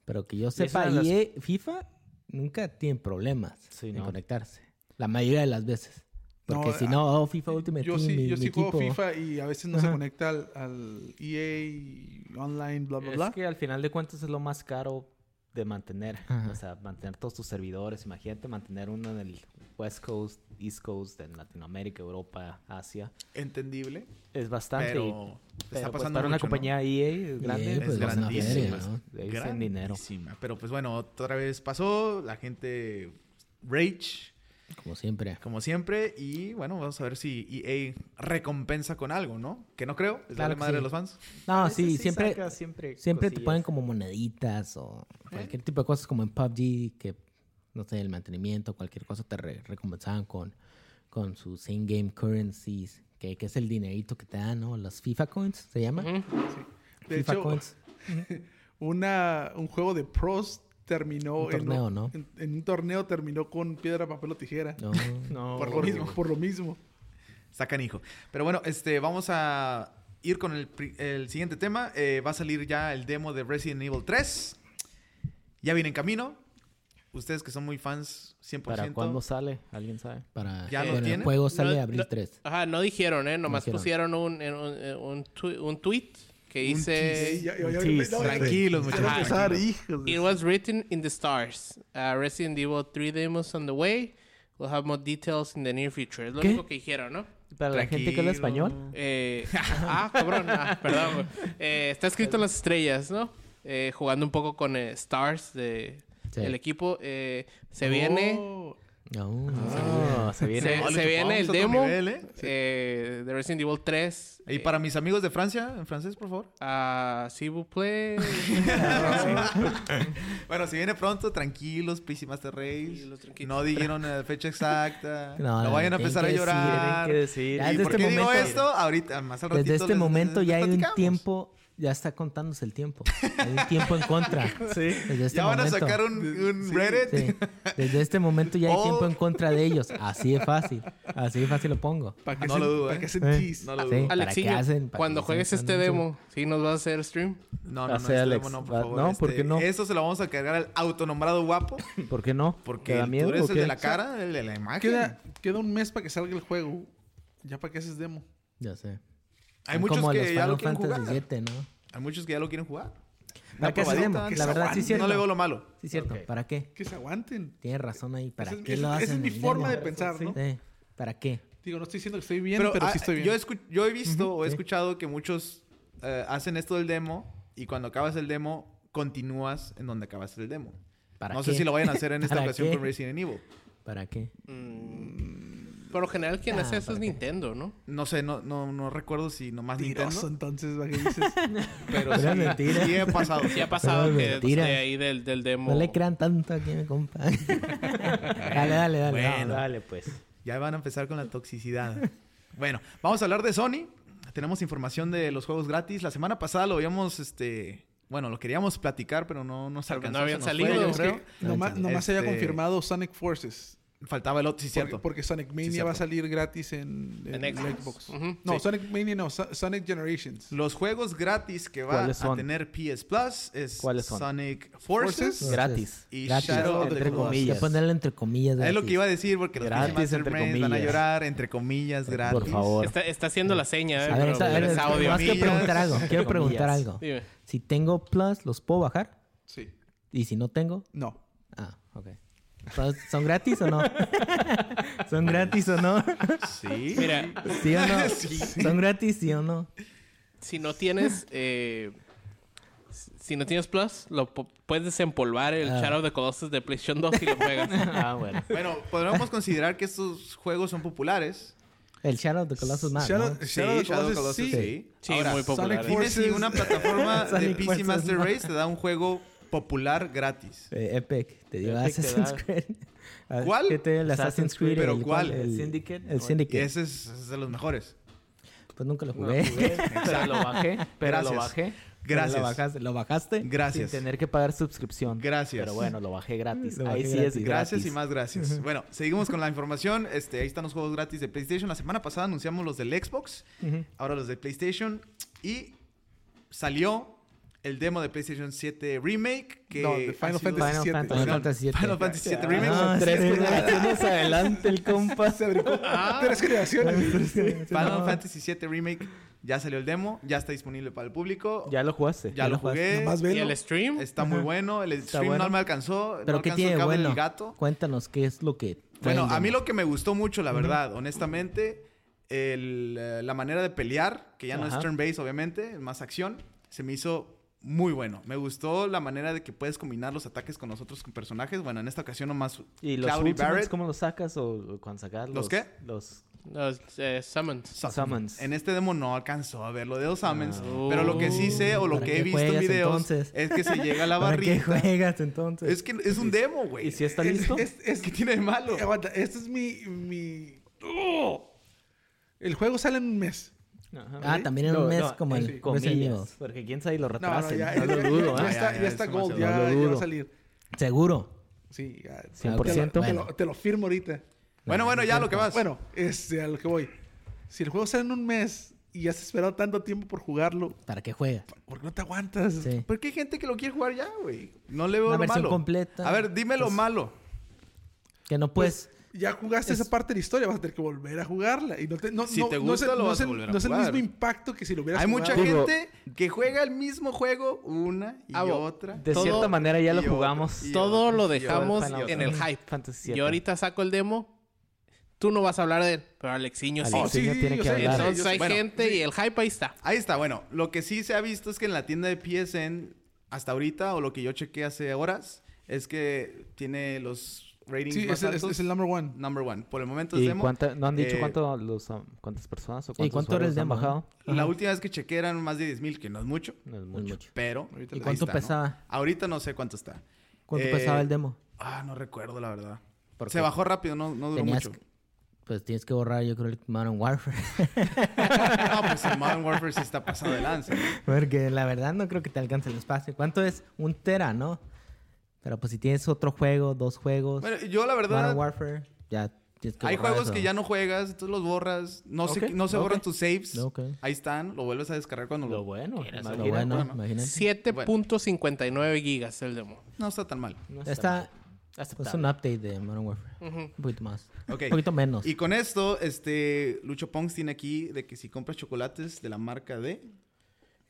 Speaker 4: Pero que yo
Speaker 3: es
Speaker 4: sepa,
Speaker 3: una de las-
Speaker 4: EA FIFA nunca tiene problemas
Speaker 3: Sí,
Speaker 4: en
Speaker 3: no.
Speaker 4: conectarse. La mayoría de las veces. Porque
Speaker 2: No,
Speaker 4: si
Speaker 2: a-
Speaker 4: no, oh, FIFA Ultimate
Speaker 2: Yo
Speaker 4: Team,
Speaker 2: sí,
Speaker 4: mi-
Speaker 2: yo
Speaker 4: mi
Speaker 2: sí juego
Speaker 4: equipo-
Speaker 2: FIFA y a veces no se
Speaker 4: Ajá.
Speaker 2: conecta al, al EA y online, bla, bla,
Speaker 3: Es
Speaker 2: bla.
Speaker 3: que al final de cuentas es lo más caro de mantener.
Speaker 4: Ajá.
Speaker 3: O sea, mantener todos tus servidores. Imagínate mantener uno en el West Coast, East Coast, en Latinoamérica, Europa, Asia.
Speaker 1: Entendible,
Speaker 3: Es bastante. y-
Speaker 1: pero
Speaker 3: pero,
Speaker 1: está
Speaker 3: pues,
Speaker 1: pasando
Speaker 3: para una
Speaker 1: mucho, ¿no?
Speaker 3: compañía EA grande,
Speaker 4: EA,
Speaker 1: Es
Speaker 4: E pues,
Speaker 3: van a
Speaker 1: grandísima,
Speaker 3: ver,
Speaker 1: es
Speaker 3: ¿no? De ahí hacen dinero.
Speaker 1: Grandísima. Pero pues bueno, otra vez pasó, la gente rage,
Speaker 4: Como siempre.
Speaker 1: como siempre, y bueno, vamos a ver si EA recompensa con algo, ¿no? Que no creo, es
Speaker 4: Claro
Speaker 1: la
Speaker 4: que
Speaker 1: madre
Speaker 4: sí.
Speaker 1: de los fans.
Speaker 4: No,
Speaker 3: A veces
Speaker 4: sí, siempre,
Speaker 3: saca siempre,
Speaker 4: siempre te
Speaker 3: cosillas.
Speaker 4: ponen como moneditas o cualquier tipo de cosas como en PUBG, que no sé, el mantenimiento, cualquier cosa te re- recompensaban con, con sus in-game currencies, que, que es el dinerito que te dan, ¿no? Las FIFA coins se llama.
Speaker 5: Ujú.
Speaker 2: De
Speaker 4: FIFA
Speaker 2: hecho,
Speaker 4: coins.
Speaker 2: una, un juego de pros terminó
Speaker 4: Un torneo,
Speaker 2: en,
Speaker 4: ¿no?
Speaker 2: en, en un torneo terminó con piedra, papel o tijera.
Speaker 4: No.
Speaker 3: No,
Speaker 2: Por lo mismo, por lo mismo.
Speaker 1: Sacan hijo. Pero bueno, este, vamos a ir con el, pri- el siguiente tema. Eh, va a salir ya el demo de Resident Evil 3. Ya viene en camino. Ustedes que son muy fans, 100%.
Speaker 3: ¿Para cuándo sale? ¿Alguien sabe?
Speaker 4: Para,
Speaker 1: ¿Ya lo
Speaker 4: bueno, el
Speaker 1: tienen?
Speaker 4: juego
Speaker 5: No,
Speaker 4: sale
Speaker 5: no,
Speaker 4: abril 3.
Speaker 5: Ajá, no dijeron, ¿eh? Nomás
Speaker 4: dijeron.
Speaker 5: pusieron un, en un, en un, twi- un tweet que dice...
Speaker 2: Sí, ya- ya- ya-
Speaker 3: sí,
Speaker 2: no,
Speaker 1: Tranquilos,
Speaker 2: quiero
Speaker 1: muchachos.
Speaker 5: Ajá.
Speaker 2: empezar,
Speaker 1: tranquilos.
Speaker 2: hijos de-
Speaker 5: It was written in the stars. Uh, Resident Evil 3 demos on the way. We'll have more details in the near future. Es lo
Speaker 3: ¿Qué?
Speaker 5: único que dijeron, ¿no?
Speaker 3: Para la gente que habla español.
Speaker 5: Eh, ah, cabrón. Ah, perdón. güey. Eh, está escrito en las estrellas, ¿no? Eh, jugando un poco con eh, stars de,
Speaker 4: Sí.
Speaker 5: del equipo. Eh, se viene...
Speaker 2: Oh,
Speaker 4: No,
Speaker 3: Ah, se viene.
Speaker 5: Eh, Se,
Speaker 1: Ole,
Speaker 5: se viene
Speaker 1: chupamos
Speaker 5: el
Speaker 1: otro
Speaker 5: demo
Speaker 1: nivel, ¿eh?
Speaker 5: eh, de Resident Evil 3.
Speaker 1: Y
Speaker 5: eh,
Speaker 1: para mis amigos de Francia, en francés, por favor.
Speaker 5: Ah, sí, vous plaît.
Speaker 3: Ah,
Speaker 1: Bueno, si viene pronto, tranquilos, PC Master Race.
Speaker 5: Tranquilos, tranquilos.
Speaker 1: No dijeron la fecha exacta.
Speaker 4: No,
Speaker 1: No,
Speaker 4: no,
Speaker 1: vayan a
Speaker 4: tienen
Speaker 1: empezar a
Speaker 4: que decir,
Speaker 1: llorar.
Speaker 3: Tienen que decir.
Speaker 4: Ya,
Speaker 1: ¿Y
Speaker 4: desde
Speaker 1: por
Speaker 4: este
Speaker 1: qué digo
Speaker 4: momento-
Speaker 1: esto? Ahorita, más al ratito.
Speaker 4: Desde este
Speaker 1: les-
Speaker 4: momento
Speaker 1: les
Speaker 4: ya hay un
Speaker 1: platicamos.
Speaker 4: tiempo ya está contándose el tiempo. Hay un tiempo en contra.
Speaker 2: Sí.
Speaker 4: Desde este
Speaker 1: ya van
Speaker 4: momento.
Speaker 1: a sacar un, un Reddit.
Speaker 4: Sí. Desde este momento ya hay
Speaker 1: Oh.
Speaker 4: tiempo en contra de ellos. Así de fácil. Así de fácil lo pongo.
Speaker 2: ¿Para qué,
Speaker 1: No
Speaker 2: sen-
Speaker 1: lo dudo,
Speaker 2: pa'
Speaker 1: eh.
Speaker 2: qué sentís?
Speaker 1: No lo
Speaker 4: Sí.
Speaker 1: dudo.
Speaker 4: ¿Para qué hacen?
Speaker 5: Alexiño,
Speaker 4: ¿Para
Speaker 5: cuando
Speaker 4: qué
Speaker 5: juegues
Speaker 4: hacen?
Speaker 5: este
Speaker 4: No, no
Speaker 5: demo, ¿sí nos vas a hacer stream?
Speaker 1: No, no, no,
Speaker 3: Ah, sí,
Speaker 1: este
Speaker 3: Alex.
Speaker 1: demo no, por
Speaker 3: Va-
Speaker 1: favor.
Speaker 3: no, ¿por
Speaker 1: este,
Speaker 3: qué no?
Speaker 1: Eso se lo vamos a cargar al autonombrado guapo.
Speaker 4: ¿Por qué no?
Speaker 1: Porque
Speaker 4: ¿Te da miedo
Speaker 1: tú eres
Speaker 4: o
Speaker 1: el
Speaker 4: qué?
Speaker 1: de la cara, el de la imagen.
Speaker 2: Queda, queda un mes para que salga el juego. ¿Ya para qué haces demo?
Speaker 4: Ya sé.
Speaker 1: Hay
Speaker 4: Son
Speaker 1: muchos
Speaker 4: como los
Speaker 1: que ya lo
Speaker 4: Final
Speaker 1: quieren
Speaker 4: Fantasy
Speaker 1: jugar.
Speaker 4: VII, ¿no?
Speaker 1: Hay muchos que ya lo quieren jugar.
Speaker 4: ¿Para qué haces demo?
Speaker 1: probadita, que
Speaker 4: La
Speaker 1: se
Speaker 4: verdad, sí
Speaker 1: aguante.
Speaker 4: es cierto.
Speaker 1: No le veo lo malo.
Speaker 4: Sí es cierto. ¿Para qué?
Speaker 2: Que se aguanten.
Speaker 4: Tienes razón ahí. ¿Para
Speaker 2: Esa es-
Speaker 4: qué
Speaker 2: esa-
Speaker 4: lo
Speaker 2: esa es
Speaker 4: hacen?
Speaker 2: mi
Speaker 4: en el
Speaker 2: forma
Speaker 4: demo?
Speaker 2: de pensar, ¿no?
Speaker 4: Sí. ¿Para qué?
Speaker 2: Digo, no estoy diciendo que estoy bien, pero,
Speaker 1: ah,
Speaker 2: sí estoy bien.
Speaker 1: Yo, escu- yo he visto o he
Speaker 4: sí.
Speaker 1: escuchado que muchos eh, hacen esto del demo y cuando acabas el demo, continúas en donde acabas el demo.
Speaker 4: ¿Para
Speaker 1: No
Speaker 4: qué?
Speaker 1: sé si lo vayan a hacer en esta
Speaker 4: ¿Para
Speaker 1: ocasión
Speaker 4: qué?
Speaker 1: con Resident Evil.
Speaker 4: ¿Para qué?
Speaker 5: Mm, Por lo general, quien
Speaker 4: Ah,
Speaker 5: hace eso
Speaker 4: ¿para
Speaker 5: es
Speaker 4: qué?
Speaker 5: Nintendo, ¿no?
Speaker 1: No sé, no, no, no recuerdo si nomás
Speaker 2: Mentiroso,
Speaker 1: Nintendo,
Speaker 2: entonces, ¿para qué dices?
Speaker 1: pero
Speaker 4: Era
Speaker 1: sí,
Speaker 4: mentira.
Speaker 1: sí he pasado.
Speaker 5: Sí ha pasado
Speaker 4: Pero
Speaker 5: que
Speaker 4: mentira.
Speaker 5: de ahí del, del demo...
Speaker 4: No le crean tanto aquí, mi compa. dale, dale, dale.
Speaker 3: Ah,
Speaker 1: Bueno.
Speaker 4: No, dale, pues.
Speaker 1: Ya van a empezar con la toxicidad. bueno, vamos a hablar de Sony. Tenemos información de los juegos gratis. La semana pasada lo habíamos, este, bueno, lo queríamos platicar, pero no nos
Speaker 5: Porque
Speaker 1: alcanzó.
Speaker 5: no
Speaker 1: se
Speaker 5: habían
Speaker 1: nos fue,
Speaker 5: salido,
Speaker 1: yo
Speaker 5: ¿no?
Speaker 1: creo.
Speaker 2: nomás nomás se había
Speaker 1: Este-
Speaker 2: confirmado Sonic Forces.
Speaker 1: Faltaba el otro, sí,
Speaker 2: Porque-
Speaker 1: cierto.
Speaker 2: Porque Sonic Mania
Speaker 1: cierto.
Speaker 2: va a salir gratis en, en
Speaker 5: En Xbox.
Speaker 2: Xbox.
Speaker 5: Ujú,
Speaker 2: No,
Speaker 5: sí.
Speaker 2: Sonic Mania no, Son- Sonic Generations.
Speaker 1: Los juegos gratis que va
Speaker 3: ¿Cuáles
Speaker 1: a
Speaker 3: son?
Speaker 1: tener PS Plus es
Speaker 3: ¿Cuáles son?
Speaker 1: Sonic Forces.
Speaker 2: Forces.
Speaker 3: Gratis.
Speaker 1: Y
Speaker 4: Gratis,
Speaker 1: Shadow of the Colossus.
Speaker 3: entre
Speaker 4: Hay que
Speaker 3: comillas.
Speaker 4: ponerle entre
Speaker 1: Es
Speaker 4: comillas.
Speaker 1: lo
Speaker 4: gratis.
Speaker 1: que iba a decir porque los
Speaker 3: Gratis,
Speaker 1: Master
Speaker 3: entre
Speaker 1: Brains van a
Speaker 3: comillas.
Speaker 1: llorar entre comillas gratis.
Speaker 3: Por favor.
Speaker 5: Está, está haciendo la seña, ¿eh?
Speaker 4: A ver,
Speaker 5: pero
Speaker 4: está- a
Speaker 5: pero
Speaker 4: ver,
Speaker 5: es audio.
Speaker 4: más que
Speaker 1: Comillas.
Speaker 4: preguntar algo. Quiero preguntar
Speaker 3: Comillas.
Speaker 4: algo.
Speaker 5: Dime.
Speaker 4: Si tengo Plus, ¿los puedo bajar?
Speaker 2: Sí.
Speaker 4: Y si no tengo,
Speaker 2: No.
Speaker 4: ah, ok. Entonces, ¿Son gratis o no? ¿Son gratis o no?
Speaker 1: Sí.
Speaker 5: Mira,
Speaker 4: ¿Sí o no? ¿Son gratis, sí o no?
Speaker 5: si no tienes... eh, si no tienes Plus, lo po- puedes desempolvar el
Speaker 4: Ah.
Speaker 5: Shadow of the Colossus de PlayStation 2 y lo juegas.
Speaker 3: Ah, bueno.
Speaker 1: Bueno, podríamos considerar que estos juegos son populares.
Speaker 4: El Shadow of the Colossus más,
Speaker 2: Shadow-
Speaker 4: ¿no?
Speaker 2: Shadow of the
Speaker 1: Shadow of the
Speaker 2: Colossus,
Speaker 1: Colossus,
Speaker 2: sí.
Speaker 5: Sí,
Speaker 1: Ahora,
Speaker 5: muy popular.
Speaker 2: Sonic
Speaker 5: ¿eh?
Speaker 1: Dime si
Speaker 2: Forces.
Speaker 1: una plataforma de
Speaker 4: Sonic
Speaker 1: PC
Speaker 4: Forces,
Speaker 1: Master
Speaker 4: no.
Speaker 1: Race te da un juego popular gratis.
Speaker 4: Eh, Epic, te dio
Speaker 3: Epic te
Speaker 4: Assassin's
Speaker 3: da-
Speaker 4: Creed. Ah,
Speaker 1: ¿Cuál?
Speaker 4: ¿Qué te dio el Assassin's
Speaker 3: Assassin's
Speaker 4: Creed?
Speaker 3: Creed,
Speaker 1: ¿pero
Speaker 4: el,
Speaker 1: cuál?
Speaker 4: El,
Speaker 3: ¿El Syndicate?
Speaker 4: El
Speaker 1: Y
Speaker 4: Syndicate.
Speaker 1: ese es, es de los mejores.
Speaker 4: Pues nunca lo
Speaker 3: No
Speaker 4: jugué.
Speaker 3: jugué, pero lo bajé. Pero
Speaker 1: Gracias.
Speaker 3: lo bajé.
Speaker 4: Pero
Speaker 1: Gracias.
Speaker 4: ¿Lo bajaste? ¿Lo bajaste?
Speaker 1: Gracias.
Speaker 3: Sin tener que pagar suscripción.
Speaker 1: Gracias.
Speaker 3: Pero bueno, lo bajé gratis.
Speaker 4: Lo
Speaker 3: Ahí
Speaker 4: bajé
Speaker 3: sí
Speaker 4: gratis.
Speaker 3: es
Speaker 1: Gracias
Speaker 3: gratis.
Speaker 1: y más gracias. Bueno, seguimos con la información. Este, ahí están los juegos gratis de PlayStation. La semana pasada anunciamos los del Xbox,
Speaker 4: Ujú.
Speaker 1: ahora los de PlayStation. Y salió el demo de PlayStation 7 Remake. Que
Speaker 2: No, de
Speaker 1: ha
Speaker 2: Final
Speaker 1: sido-
Speaker 2: Fantasy
Speaker 4: Final
Speaker 2: VII.
Speaker 4: Fantasy.
Speaker 1: Perdón,
Speaker 4: VII.
Speaker 1: Final Fantasy VII Remake.
Speaker 4: Ah, tres
Speaker 1: Sí, es verdad.
Speaker 4: generaciones adelante el compa.
Speaker 2: Se brincó. Tres generaciones.
Speaker 1: Final Fantasy VII Remake. Ya salió el demo, ya está disponible para el público. Ya,
Speaker 3: Ya lo jugaste.
Speaker 1: lo
Speaker 4: jugaste.
Speaker 1: jugué.
Speaker 2: Nomás
Speaker 5: ¿Y
Speaker 2: velo.
Speaker 5: el stream?
Speaker 1: Está muy bueno. El stream
Speaker 4: bueno.
Speaker 1: no me alcanzó.
Speaker 4: Pero
Speaker 1: no
Speaker 4: ¿qué
Speaker 1: alcanzó
Speaker 4: tiene
Speaker 1: el cable
Speaker 4: bueno?
Speaker 1: del gato.
Speaker 4: Cuéntanos qué es lo que... trae
Speaker 1: Bueno,
Speaker 4: el
Speaker 1: a mí
Speaker 4: demo.
Speaker 1: lo que me gustó mucho, la verdad, honestamente, el, eh, la manera de pelear, que ya no es
Speaker 3: Ajá.
Speaker 1: turn-based, obviamente, es más acción, se me hizo muy bueno. Me gustó la manera de que puedes combinar los ataques con los otros personajes. Bueno, en esta ocasión nomás
Speaker 3: ¿Y los
Speaker 1: Cloudy
Speaker 3: Ultimates
Speaker 1: Barrett
Speaker 3: cómo los sacas o o cuando sacas
Speaker 1: ¿Los qué?
Speaker 3: Los
Speaker 5: Los eh, summons.
Speaker 1: Summons.
Speaker 3: Summons.
Speaker 1: En este demo no alcanzó a ver lo de los Summons,
Speaker 5: Ah.
Speaker 1: pero lo que sí sé o lo
Speaker 4: ¿Para
Speaker 1: que he
Speaker 4: qué
Speaker 1: visto en
Speaker 4: juegas,
Speaker 1: videos
Speaker 4: entonces?
Speaker 1: es que se llega a la
Speaker 4: ¿Para qué
Speaker 1: barrita.
Speaker 4: juegas entonces?
Speaker 1: Es que es un demo, güey.
Speaker 3: ¿Y si está
Speaker 2: Es-
Speaker 3: listo?
Speaker 2: es- es-
Speaker 1: ¿Qué tiene de malo?
Speaker 2: Aguanta, este es mi... mi... ¡Oh! El juego sale en un mes.
Speaker 3: Ajá.
Speaker 4: Ah, también en un mes como el
Speaker 3: sí,
Speaker 4: Resident Evil.
Speaker 3: comillas. Porque quién sabe y lo
Speaker 2: No, no,
Speaker 3: retrasen.
Speaker 2: ya,
Speaker 3: No,
Speaker 2: ya-
Speaker 3: lo dudo,
Speaker 2: ya,
Speaker 1: ¿eh?
Speaker 3: ¿ah?
Speaker 2: está,
Speaker 1: Ya, ya,
Speaker 2: ya
Speaker 1: es
Speaker 2: está
Speaker 1: demasiado.
Speaker 2: Gold, ya,
Speaker 3: No
Speaker 2: ya
Speaker 3: lo
Speaker 2: va a
Speaker 3: dudo.
Speaker 2: salir.
Speaker 4: Seguro.
Speaker 2: Sí, ya. te lo-
Speaker 3: 100%.
Speaker 2: Te lo, te lo firmo ahorita.
Speaker 1: Bueno, bueno, ya lo que vas.
Speaker 2: Bueno, este, a lo que voy. Si el juego sale en un mes y ya has esperado tanto tiempo por jugarlo,
Speaker 4: ¿Para qué juegas?
Speaker 2: ¿por qué no te aguantas?
Speaker 4: Sí.
Speaker 1: ¿Por qué hay gente que lo quiere jugar ya, güey? No le veo
Speaker 4: Una
Speaker 1: lo
Speaker 4: versión
Speaker 1: malo.
Speaker 4: completa.
Speaker 1: A ver, dime lo
Speaker 4: Pues-
Speaker 1: malo.
Speaker 4: Que no pues, puedes...
Speaker 2: Pues, Ya jugaste
Speaker 4: Es-
Speaker 2: esa parte de la historia, vas a tener que volver a jugarla. Y no te, no,
Speaker 1: Si
Speaker 2: no-
Speaker 1: te
Speaker 2: no
Speaker 1: gusta,
Speaker 2: es el-
Speaker 1: lo
Speaker 2: no
Speaker 1: vas
Speaker 2: es
Speaker 1: a
Speaker 2: el-
Speaker 1: volver a
Speaker 2: no es el
Speaker 1: jugar.
Speaker 2: mismo impacto que si lo hubieras
Speaker 1: Hay mucha
Speaker 2: jugado.
Speaker 3: Digo-
Speaker 1: gente que juega el mismo juego una y
Speaker 5: Ah, bo-
Speaker 1: otra.
Speaker 3: De
Speaker 5: Todo-
Speaker 3: cierta manera ya
Speaker 1: y
Speaker 3: lo
Speaker 1: otra,
Speaker 3: jugamos.
Speaker 1: y
Speaker 5: Todo
Speaker 1: otra,
Speaker 5: lo
Speaker 1: y
Speaker 5: dejamos
Speaker 1: otra, y otra.
Speaker 5: en el hype.
Speaker 3: Fantasy
Speaker 5: Yo ahorita saco el demo. Tú no vas a hablar de él, pero Alexiño sí.
Speaker 2: Alex.
Speaker 3: Alexiño
Speaker 2: Oh, sí,
Speaker 3: tiene
Speaker 2: yo
Speaker 3: que
Speaker 2: sé, yo
Speaker 3: hablar.
Speaker 2: sé.
Speaker 5: Entonces hay
Speaker 1: Bueno,
Speaker 5: gente y el hype ahí está.
Speaker 1: Ahí está, bueno, lo que sí se ha visto es que en la tienda de PSN, hasta ahorita, o lo que yo chequeé hace horas, es que tiene los ratings
Speaker 2: Sí,
Speaker 1: más
Speaker 2: es, el- es-
Speaker 1: altos.
Speaker 2: es el number one.
Speaker 1: number one. Por el momento es
Speaker 3: ¿Y
Speaker 1: demo.
Speaker 3: cuánta- ¿No han dicho
Speaker 1: Eh,
Speaker 3: cuánto los, um, cuántas personas o
Speaker 4: ¿Y
Speaker 3: cuántos
Speaker 4: cuánto era el
Speaker 3: usuarios han
Speaker 4: demo?
Speaker 3: bajado?
Speaker 1: La última vez que chequeé eran más de 10.000, que no es mucho,
Speaker 3: No es
Speaker 4: No es
Speaker 3: mucho.
Speaker 4: mucho.
Speaker 1: pero...
Speaker 2: Ahorita
Speaker 1: ahí
Speaker 4: ¿Y cuánto
Speaker 1: está, ¿no?
Speaker 4: pesaba?
Speaker 1: Ahorita no sé cuánto está.
Speaker 4: ¿Cuánto
Speaker 1: Eh,
Speaker 4: pesaba el demo?
Speaker 1: Ah, no recuerdo, la verdad.
Speaker 4: ¿Por
Speaker 1: Se
Speaker 4: qué?
Speaker 1: bajó rápido, no, no duró
Speaker 4: Tenías
Speaker 1: mucho.
Speaker 4: Pues tienes que borrar, yo creo, el Modern Warfare.
Speaker 1: No, pues el Modern Warfare sí está pasado de lanza. ¿no?
Speaker 4: Pues, Porque la verdad no creo que te alcance el espacio. ¿Cuánto es? Un tera, ¿no? Pero pues si tienes otro juego, dos juegos,
Speaker 1: Bueno, yo la
Speaker 4: Modern
Speaker 1: verdad,
Speaker 4: Warfare, ya tienes que
Speaker 1: hay
Speaker 4: borrar
Speaker 1: juegos
Speaker 4: eso.
Speaker 1: que ya no juegas, entonces los borras, no,
Speaker 3: Ok,
Speaker 1: se, no se
Speaker 3: ok.
Speaker 1: borran tus saves,
Speaker 4: Ok.
Speaker 1: ahí están, lo vuelves a descargar cuando
Speaker 3: Lo
Speaker 1: lo...
Speaker 3: bueno.
Speaker 4: Lo
Speaker 3: imagínate.
Speaker 4: bueno,
Speaker 1: Ah, bueno.
Speaker 4: imagínate.
Speaker 5: 7.59 gigas el demo.
Speaker 1: No está tan mal.
Speaker 3: No
Speaker 4: Ya está.
Speaker 3: aceptable.
Speaker 4: Es Pues, un update de Modern Warfare.
Speaker 5: Ujú.
Speaker 4: Un poquito más.
Speaker 1: Ok.
Speaker 4: Un poquito menos.
Speaker 1: Y con esto, este, Lucho Pongs tiene aquí de que si compras chocolates de la marca de,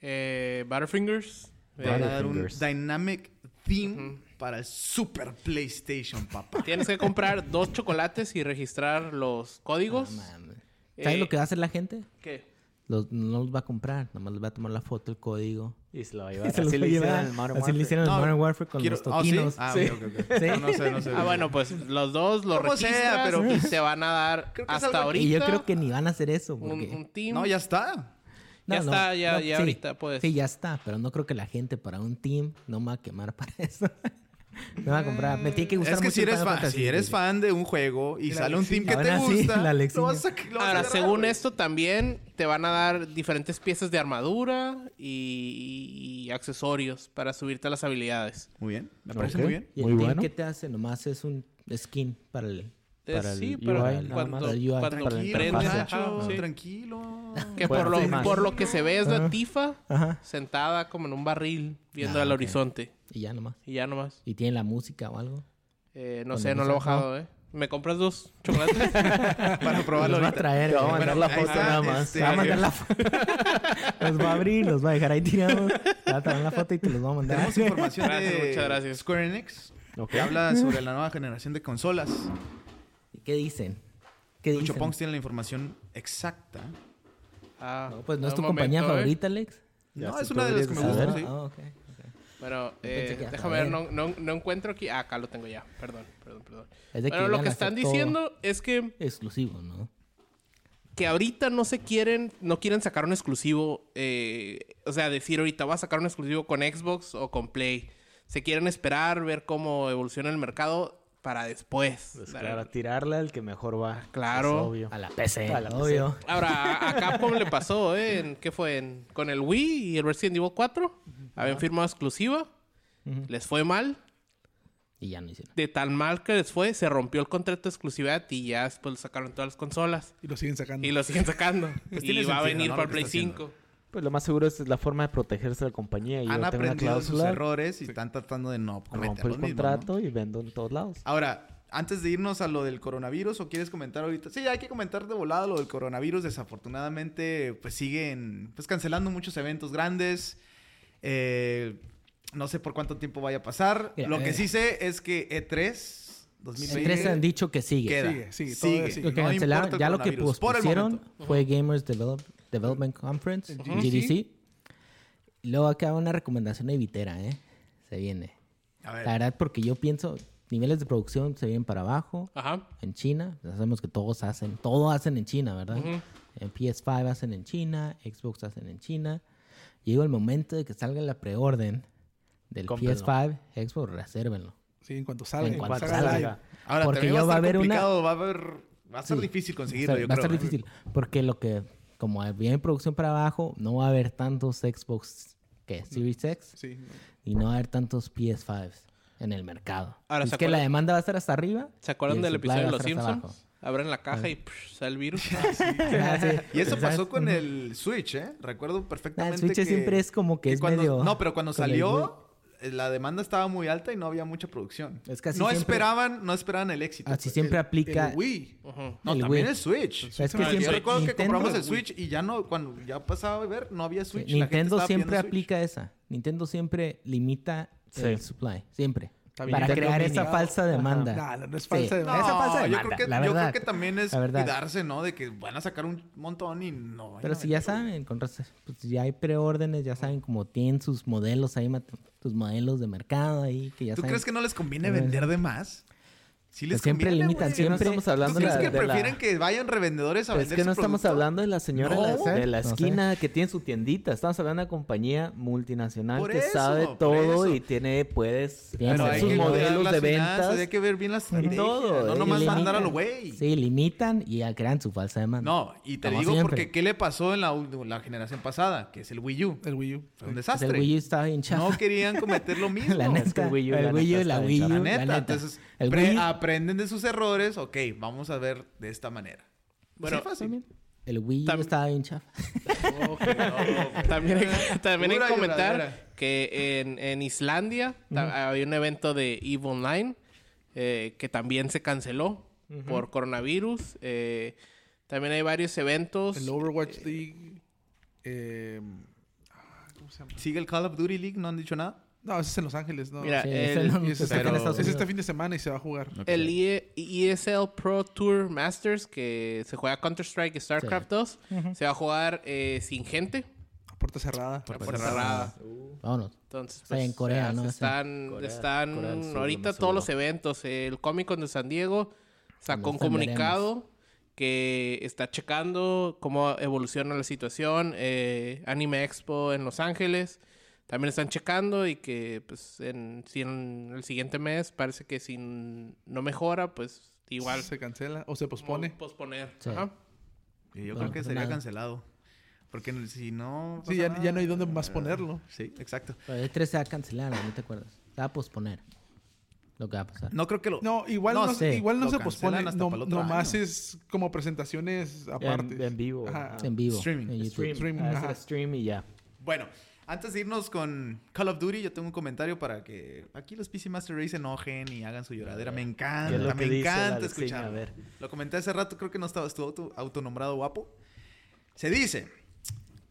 Speaker 5: Eh, Butterfingers. eh,
Speaker 1: te van a dar un
Speaker 3: Butterfingers.
Speaker 1: Dynamic Theme para el Super PlayStation, papá.
Speaker 5: Tienes que comprar dos chocolates y registrar los códigos.
Speaker 4: No mames. ¿Sabes
Speaker 5: Eh,
Speaker 4: lo que va a hacer la gente?
Speaker 5: ¿Qué?
Speaker 4: Los- no los va a comprar, nomás les va a tomar la foto, el código.
Speaker 3: Y se lo va a
Speaker 4: Y
Speaker 3: llevar.
Speaker 4: se los
Speaker 3: Así le
Speaker 4: va a
Speaker 3: hicieron
Speaker 4: llevar.
Speaker 3: al Modern
Speaker 4: Así le
Speaker 3: Warfare.
Speaker 4: hicieron el
Speaker 1: No,
Speaker 4: Modern Warfare con
Speaker 1: Quiero-
Speaker 4: los
Speaker 1: ¿Oh, sí?
Speaker 4: toquinos.
Speaker 1: Ah,
Speaker 4: Sí.
Speaker 1: ok, ok, ok. No, no sé, no sé.
Speaker 5: Ah, bueno, pues los dos los
Speaker 1: Como sea,
Speaker 5: registras
Speaker 1: pero- pues,
Speaker 5: y te van a dar
Speaker 1: Creo que es
Speaker 5: hasta
Speaker 1: algo-
Speaker 5: ahorita
Speaker 4: Y yo creo que ni van a hacer eso.
Speaker 5: un,
Speaker 4: Porque...
Speaker 5: un team.
Speaker 1: No, ya está.
Speaker 5: Ya está, ya- ya
Speaker 4: sí.
Speaker 5: ahorita pues. puedes.
Speaker 4: Sí, ya está, pero no creo que la gente para un team no me va a quemar para eso. no va a comprar. Me tiene que gustar
Speaker 1: Es que
Speaker 4: mucho
Speaker 1: si
Speaker 4: el
Speaker 1: eres,
Speaker 4: Final
Speaker 1: fan,
Speaker 4: Fantasy,
Speaker 1: si eres
Speaker 4: güey.
Speaker 1: fan de un juego y
Speaker 2: La
Speaker 1: sale un team que
Speaker 4: Lexiña.
Speaker 1: te
Speaker 4: Ahora sí,
Speaker 1: gusta,
Speaker 4: la
Speaker 1: lo
Speaker 4: Lexiña.
Speaker 1: vas a, lo vas a
Speaker 5: Ahora,
Speaker 1: agarrar,
Speaker 5: según
Speaker 1: güey.
Speaker 5: esto también te van a dar diferentes piezas de armadura y, y accesorios para subirte las habilidades.
Speaker 1: Muy bien, me parece
Speaker 3: Ok.
Speaker 1: muy bien.
Speaker 4: Y el
Speaker 3: Muy
Speaker 4: team
Speaker 3: bueno.
Speaker 4: que te hace nomás es un skin para el.
Speaker 5: Eh,
Speaker 4: Para el
Speaker 5: sí,
Speaker 4: UI,
Speaker 5: pero
Speaker 4: nada
Speaker 5: cuando-
Speaker 4: más. Para el UI,
Speaker 5: cuando
Speaker 4: para el
Speaker 1: Tranquilo,
Speaker 5: prenda,
Speaker 4: interfaz.
Speaker 5: prendas,
Speaker 1: muchacho,
Speaker 5: ajá, sí.
Speaker 1: tranquilo.
Speaker 5: Que
Speaker 3: Bueno,
Speaker 5: por, lo,
Speaker 3: sí, más.
Speaker 5: por lo que se ve es la tifa
Speaker 4: Ajá.
Speaker 5: sentada como en un barril viendo
Speaker 4: Ah,
Speaker 5: al
Speaker 4: ok.
Speaker 5: horizonte.
Speaker 4: Y ya nomás.
Speaker 5: Y ya nomás.
Speaker 4: Y tiene la música o algo.
Speaker 5: Eh, no
Speaker 4: Cuando
Speaker 5: sé, no
Speaker 4: me
Speaker 5: lo he
Speaker 4: salgo.
Speaker 5: bajado, ¿eh? ¿Me compras dos chocolates?
Speaker 1: Para probarlo
Speaker 4: Los va a
Speaker 1: ahorita.
Speaker 4: traer.
Speaker 3: Te va a
Speaker 4: güey.
Speaker 3: mandar
Speaker 1: Bueno,
Speaker 3: la
Speaker 1: ahí
Speaker 3: foto
Speaker 1: está,
Speaker 3: nada más.
Speaker 1: este-
Speaker 4: Te va a mandar la foto. los va a abrir, los va a dejar ahí tirados. Te va a tomar la foto y te los va a mandar.
Speaker 1: Tenemos información
Speaker 5: Gracias,
Speaker 1: de
Speaker 5: muchas gracias.
Speaker 1: Square Enix
Speaker 3: Ok.
Speaker 1: que habla sobre la nueva generación de consolas.
Speaker 4: ¿Y ¿Qué dicen? ¿Qué
Speaker 1: Lucho
Speaker 4: dicen?
Speaker 1: Pongs tiene la información exacta.
Speaker 5: Ah,
Speaker 4: No, pues no es
Speaker 5: un
Speaker 4: tu compañía
Speaker 5: momento, ¿eh?
Speaker 4: favorita, Alex.
Speaker 3: Ya
Speaker 1: no,
Speaker 3: sé,
Speaker 1: es
Speaker 3: tú
Speaker 1: una de las que me
Speaker 3: deberías
Speaker 1: gusta,
Speaker 4: Ah,
Speaker 1: sí.
Speaker 4: ah, ok, ok.
Speaker 5: Bueno,
Speaker 4: pensé
Speaker 5: eh,
Speaker 4: que hasta
Speaker 5: déjame ver,
Speaker 4: él.
Speaker 5: no, no- no encuentro aquí. Ah, acá lo tengo ya. Perdón, perdón, perdón.
Speaker 4: Es de
Speaker 5: Bueno,
Speaker 4: que
Speaker 5: lo
Speaker 4: iban
Speaker 5: que
Speaker 4: a hacer
Speaker 5: están
Speaker 4: todo
Speaker 5: diciendo es que,
Speaker 4: Exclusivo, ¿no?
Speaker 5: que ahorita no se quieren, no quieren sacar un exclusivo. eh, o sea, decir ahorita va a sacar un exclusivo con Xbox o con Play. Se quieren esperar, ver cómo evoluciona el mercado para después.
Speaker 3: Pues
Speaker 5: dar-
Speaker 3: claro, tirarla al que mejor va.
Speaker 5: Claro.
Speaker 3: Es obvio.
Speaker 4: A la PC,
Speaker 3: A la PC.
Speaker 4: obvio.
Speaker 5: Ahora, a a Capcom le pasó, ¿eh? En- ¿Qué fue? En- con el Wii y el Resident Evil 4. Habían firmado exclusiva. Les fue mal.
Speaker 4: Y ya no hicieron.
Speaker 5: de tan mal que les fue, se rompió el contrato de exclusividad y ya después lo sacaron todas las consolas.
Speaker 2: Y lo siguen sacando.
Speaker 5: Y lo siguen sacando. y
Speaker 1: Pues tiene
Speaker 5: va a
Speaker 1: sentido,
Speaker 5: venir
Speaker 1: ¿no?
Speaker 5: para
Speaker 1: lo
Speaker 5: Play
Speaker 1: que está
Speaker 5: 5.
Speaker 3: Pues lo más seguro es la forma de protegerse de la compañía. Y
Speaker 1: Han
Speaker 3: yo tengo una
Speaker 1: aprendido sus
Speaker 3: cláusula.
Speaker 1: errores y están tratando de no cometer
Speaker 3: Rompo
Speaker 1: los
Speaker 3: el
Speaker 1: mismos, ¿no?
Speaker 3: contrato y vendo en todos lados.
Speaker 1: Ahora, antes de irnos a lo del coronavirus, ¿o quieres comentar ahorita? Sí, hay que comentar de volada lo del coronavirus. Desafortunadamente, pues siguen pues, cancelando muchos eventos grandes. Eh, no sé por cuánto tiempo vaya a pasar.
Speaker 4: Mira,
Speaker 1: lo que
Speaker 4: eh.
Speaker 1: sí sé es que E
Speaker 3: E
Speaker 1: E3
Speaker 4: En
Speaker 1: 2020
Speaker 4: tres han dicho que sigue.
Speaker 1: queda.
Speaker 2: Sigue, sigue, todavía
Speaker 1: Sigue.
Speaker 2: sigue.
Speaker 4: Lo que
Speaker 1: No
Speaker 4: cancelaron,
Speaker 1: importa el
Speaker 4: ya lo que
Speaker 1: coronavirus, por el
Speaker 4: pusieron
Speaker 1: momento.
Speaker 4: fue Gamers Develop- Development Conference,
Speaker 2: El
Speaker 4: GDC. Y luego acá una recomendación evitera, ¿eh? Se viene.
Speaker 1: A
Speaker 4: La
Speaker 1: ver,
Speaker 4: verdad, porque yo pienso, niveles de producción se vienen para abajo.
Speaker 5: Ajá.
Speaker 4: en China. Ya sabemos que todos hacen, todo hacen en China, ¿verdad? En PS5 hacen en China, Xbox hacen en China. Llegó el momento de que salga la preorden del
Speaker 3: Cómprenlo.
Speaker 4: PS5, Xbox, resérvenlo.
Speaker 2: Sí, en cuanto salga.
Speaker 4: En
Speaker 2: En cuanto
Speaker 4: cuanto
Speaker 2: salga.
Speaker 4: salga.
Speaker 2: live.
Speaker 1: ahora
Speaker 4: porque
Speaker 1: también va a
Speaker 4: ya va a
Speaker 1: estar
Speaker 4: haber una-
Speaker 1: complicado, va a haber... Va a ser
Speaker 4: Sí.
Speaker 1: difícil
Speaker 4: O
Speaker 1: conseguirlo,
Speaker 4: sea,
Speaker 1: yo
Speaker 4: va a
Speaker 1: creo.
Speaker 4: estar difícil, porque lo que, como viene producción para abajo, no va a haber tantos Xbox que Series X
Speaker 2: Sí.
Speaker 4: y no va a haber tantos PS5s en el mercado.
Speaker 5: Ahora,
Speaker 4: es
Speaker 5: ¿se
Speaker 4: que la
Speaker 5: acuerdan-
Speaker 4: demanda va a estar hasta arriba.
Speaker 5: ¿Se
Speaker 4: y
Speaker 5: acuerdan
Speaker 4: el
Speaker 5: del
Speaker 4: supply
Speaker 5: episodio de
Speaker 4: va a
Speaker 5: Los
Speaker 4: estar hasta abajo.
Speaker 5: Simpsons? Abren la caja y psh, sale el virus.
Speaker 4: Ah, sí.
Speaker 1: Y eso
Speaker 4: Exacto.
Speaker 1: pasó con el Switch, ¿eh? Recuerdo
Speaker 4: Ah,
Speaker 1: perfectamente
Speaker 4: el Switch
Speaker 1: que...
Speaker 4: siempre es como que,
Speaker 1: que
Speaker 4: es
Speaker 1: cuando-
Speaker 4: medio...
Speaker 1: No, pero cuando
Speaker 4: con el
Speaker 1: salió, eh, la demanda estaba muy alta y no había mucha producción.
Speaker 4: Es que así
Speaker 1: no
Speaker 4: siempre-
Speaker 1: esperaban, no esperaban el éxito.
Speaker 4: Así
Speaker 1: pues.
Speaker 4: siempre aplica.
Speaker 2: El Wii.
Speaker 5: Ujú.
Speaker 1: No,
Speaker 4: el
Speaker 1: también
Speaker 4: Wii.
Speaker 1: el Switch.
Speaker 4: Es que
Speaker 5: Ah,
Speaker 1: Yo
Speaker 5: Switch.
Speaker 4: siempre
Speaker 1: recuerdo que
Speaker 4: Nintendo-
Speaker 1: compramos el Switch y ya no, cuando ya pasaba a ver, no había
Speaker 4: Sí,
Speaker 1: Switch. La gente
Speaker 4: Nintendo
Speaker 1: estaba pidiendo
Speaker 4: siempre
Speaker 1: Switch.
Speaker 4: aplica esa. Nintendo siempre limita el
Speaker 3: Sí.
Speaker 4: supply. Siempre.
Speaker 2: bien.
Speaker 4: Para
Speaker 2: Nintendo
Speaker 4: crear
Speaker 2: mínimo.
Speaker 4: esa falsa demanda.
Speaker 2: Nah, no, no es falsa demanda.
Speaker 1: No,
Speaker 4: Esa falsa
Speaker 1: yo,
Speaker 4: demanda,
Speaker 1: creo que,
Speaker 4: la
Speaker 1: yo creo
Speaker 4: verdad.
Speaker 1: que también es
Speaker 4: La verdad.
Speaker 1: cuidarse, ¿no? De que van a sacar un montón y no. van
Speaker 4: Pero
Speaker 1: a
Speaker 4: si ya
Speaker 1: vender, güey.
Speaker 4: saben, con razón, pues ya hay preórdenes, ya saben como tienen sus modelos ahí, mat- tus modelos de mercado ahí, que ya
Speaker 1: ¿Tú
Speaker 4: saben.
Speaker 1: crees que no les conviene
Speaker 4: Bueno.
Speaker 1: vender de más? Sí les
Speaker 4: Pues siempre
Speaker 1: conviene,
Speaker 4: limitan,
Speaker 1: güey.
Speaker 4: siempre-
Speaker 3: no estamos hablando
Speaker 1: ¿Tú crees
Speaker 3: de la-
Speaker 1: que
Speaker 3: de la-
Speaker 1: prefieren que vayan revendedores a
Speaker 3: Pero Es
Speaker 1: vender
Speaker 3: que no
Speaker 1: su
Speaker 3: estamos
Speaker 1: producto?
Speaker 3: hablando de la señora
Speaker 1: No,
Speaker 3: de, la, de la
Speaker 4: no sé.
Speaker 3: esquina que tiene su tiendita. Estamos hablando de una compañía multinacional
Speaker 1: Por
Speaker 3: que
Speaker 1: eso,
Speaker 3: sabe
Speaker 1: por
Speaker 3: todo
Speaker 1: eso.
Speaker 3: y tiene, puedes,
Speaker 4: Pero
Speaker 1: Pero
Speaker 4: hacer
Speaker 1: hay
Speaker 3: sus
Speaker 1: que cuidar
Speaker 3: modelos
Speaker 1: las
Speaker 3: de
Speaker 1: finanzas,
Speaker 3: ventas.
Speaker 1: Hay que ver bien las
Speaker 3: Y todo,
Speaker 1: estrategias. No
Speaker 3: eh,
Speaker 1: nomás
Speaker 4: limitan.
Speaker 1: mandar a lo güey.
Speaker 4: Sí, limitan y ya crean su falsa demanda.
Speaker 1: No, y te
Speaker 4: Como
Speaker 1: digo
Speaker 4: siempre.
Speaker 1: porque ¿qué le pasó en la, ul- la generación pasada? Que es el Wii U.
Speaker 2: El Wii U.
Speaker 1: Fue un
Speaker 4: Pues
Speaker 1: desastre.
Speaker 4: el Wii U estaba bien chafa.
Speaker 1: No querían cometer lo mismo.
Speaker 4: la
Speaker 3: Es que
Speaker 4: neta.
Speaker 3: el
Speaker 4: El
Speaker 3: Wii
Speaker 4: Wii
Speaker 3: U, la neta,
Speaker 4: U, la
Speaker 3: está
Speaker 4: Wii
Speaker 3: bien
Speaker 4: U,
Speaker 3: chafa.
Speaker 1: La
Speaker 4: la
Speaker 1: neta,
Speaker 4: neta.
Speaker 1: entonces
Speaker 4: El
Speaker 1: pre-
Speaker 4: Wii U-
Speaker 1: aprenden de sus errores, ok, vamos a ver de esta manera.
Speaker 5: Bueno,
Speaker 1: Sí, fácil.
Speaker 4: El Wii
Speaker 5: Tam-
Speaker 4: U estaba bien chafa.
Speaker 1: pues,
Speaker 5: También hay, también hay que
Speaker 1: Llora, llora,
Speaker 5: comentar
Speaker 1: llora.
Speaker 5: que en, en Islandia ta- había un evento de EVE Online eh, que también se canceló por coronavirus. Eh, también hay varios
Speaker 4: Pues,
Speaker 5: eventos.
Speaker 2: El Overwatch League. eh, ah, ¿Cómo se llama?
Speaker 1: Sigue el Call of Duty League, no han dicho nada.
Speaker 2: No, ese es en Los Ángeles, ¿no?
Speaker 5: Mira,
Speaker 4: Sí,
Speaker 5: el-
Speaker 4: ese no-
Speaker 2: y ese
Speaker 4: está
Speaker 1: pero-
Speaker 4: en Estados
Speaker 2: Ese es
Speaker 4: Unidos.
Speaker 2: este fin de semana y se va a jugar.
Speaker 5: El E IE ESL Pro Tour Masters, que se juega Counter-Strike y StarCraft 2, se va a jugar eh, sin gente,
Speaker 2: A puerta cerrada.
Speaker 5: a puerta cerrada.
Speaker 4: Vámonos.
Speaker 5: Entonces, pues,
Speaker 4: Está en Corea,
Speaker 5: ya
Speaker 4: ¿no?
Speaker 5: se
Speaker 4: Ese.
Speaker 5: Están,
Speaker 3: Corea-
Speaker 5: están
Speaker 3: Corea del Sur,
Speaker 5: ahorita
Speaker 3: lo más
Speaker 5: todos los
Speaker 3: seguro.
Speaker 5: eventos. El Comic Con de San Diego sacó
Speaker 4: Los
Speaker 5: un comunicado que está checando cómo evoluciona la situación. Eh, Anime Expo en Los Ángeles también están checando y que, pues, en, si en el siguiente mes parece que si no mejora, pues igual
Speaker 2: Se cancela o se
Speaker 5: pospone.
Speaker 2: pospone.
Speaker 5: posponer.
Speaker 4: Sí.
Speaker 5: Ajá.
Speaker 1: Y yo creo
Speaker 4: Bueno,
Speaker 1: que
Speaker 4: pues
Speaker 1: sería
Speaker 4: nada.
Speaker 1: cancelado. Porque n- si no.
Speaker 2: Sí,
Speaker 1: pasa
Speaker 2: ya, ya no hay
Speaker 1: nada,
Speaker 2: dónde más
Speaker 1: eh,
Speaker 2: ponerlo.
Speaker 1: Sí, exacto.
Speaker 4: Pero el 3 se va a cancelar, no te acuerdas. Se va a posponer lo que va a pasar.
Speaker 1: No creo que lo.
Speaker 2: No, igual
Speaker 1: No
Speaker 2: no,
Speaker 4: sé.
Speaker 2: igual no
Speaker 1: Lo
Speaker 2: se
Speaker 1: cancelan
Speaker 2: pospone.
Speaker 1: hasta
Speaker 2: No,
Speaker 1: para el otro
Speaker 2: nomás
Speaker 1: año.
Speaker 2: es como presentaciones aparte.
Speaker 3: En, en vivo.
Speaker 2: Ajá.
Speaker 3: ajá.
Speaker 4: Es en vivo.
Speaker 1: Streaming.
Speaker 4: En YouTube.
Speaker 3: Stream.
Speaker 2: Stream,
Speaker 3: ah, es
Speaker 2: ajá.
Speaker 3: el stream y ya.
Speaker 1: Bueno, antes de irnos con Call of Duty, yo tengo un comentario para que aquí los PC Master Race se enojen y hagan su lloradera. Me
Speaker 3: ¿Qué es
Speaker 1: encanta,
Speaker 3: lo
Speaker 1: me
Speaker 3: que dice la
Speaker 1: encanta
Speaker 3: Alexiña? A
Speaker 1: escuchar.
Speaker 3: ver.
Speaker 1: Lo comenté hace rato, creo que no estabas tú auto- autonombrado guapo. Se dice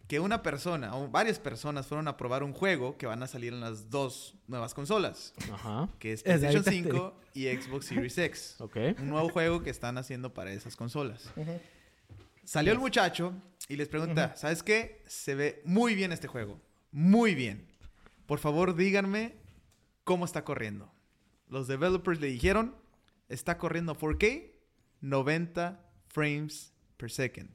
Speaker 1: que una persona o varias personas fueron a probar un juego que van a salir en las dos nuevas consolas,
Speaker 3: Ajá.
Speaker 1: que es
Speaker 4: Es ahorita
Speaker 1: PlayStation
Speaker 4: te
Speaker 1: 5 y Xbox Series X.
Speaker 3: Ok.
Speaker 1: Un nuevo juego que están haciendo para esas consolas. Salió el muchacho y les pregunta, ¿sabes qué? Se ve muy bien este juego. Muy bien. Por favor, díganme cómo está corriendo. Los developers le dijeron, está corriendo a 4K, 90 frames per second.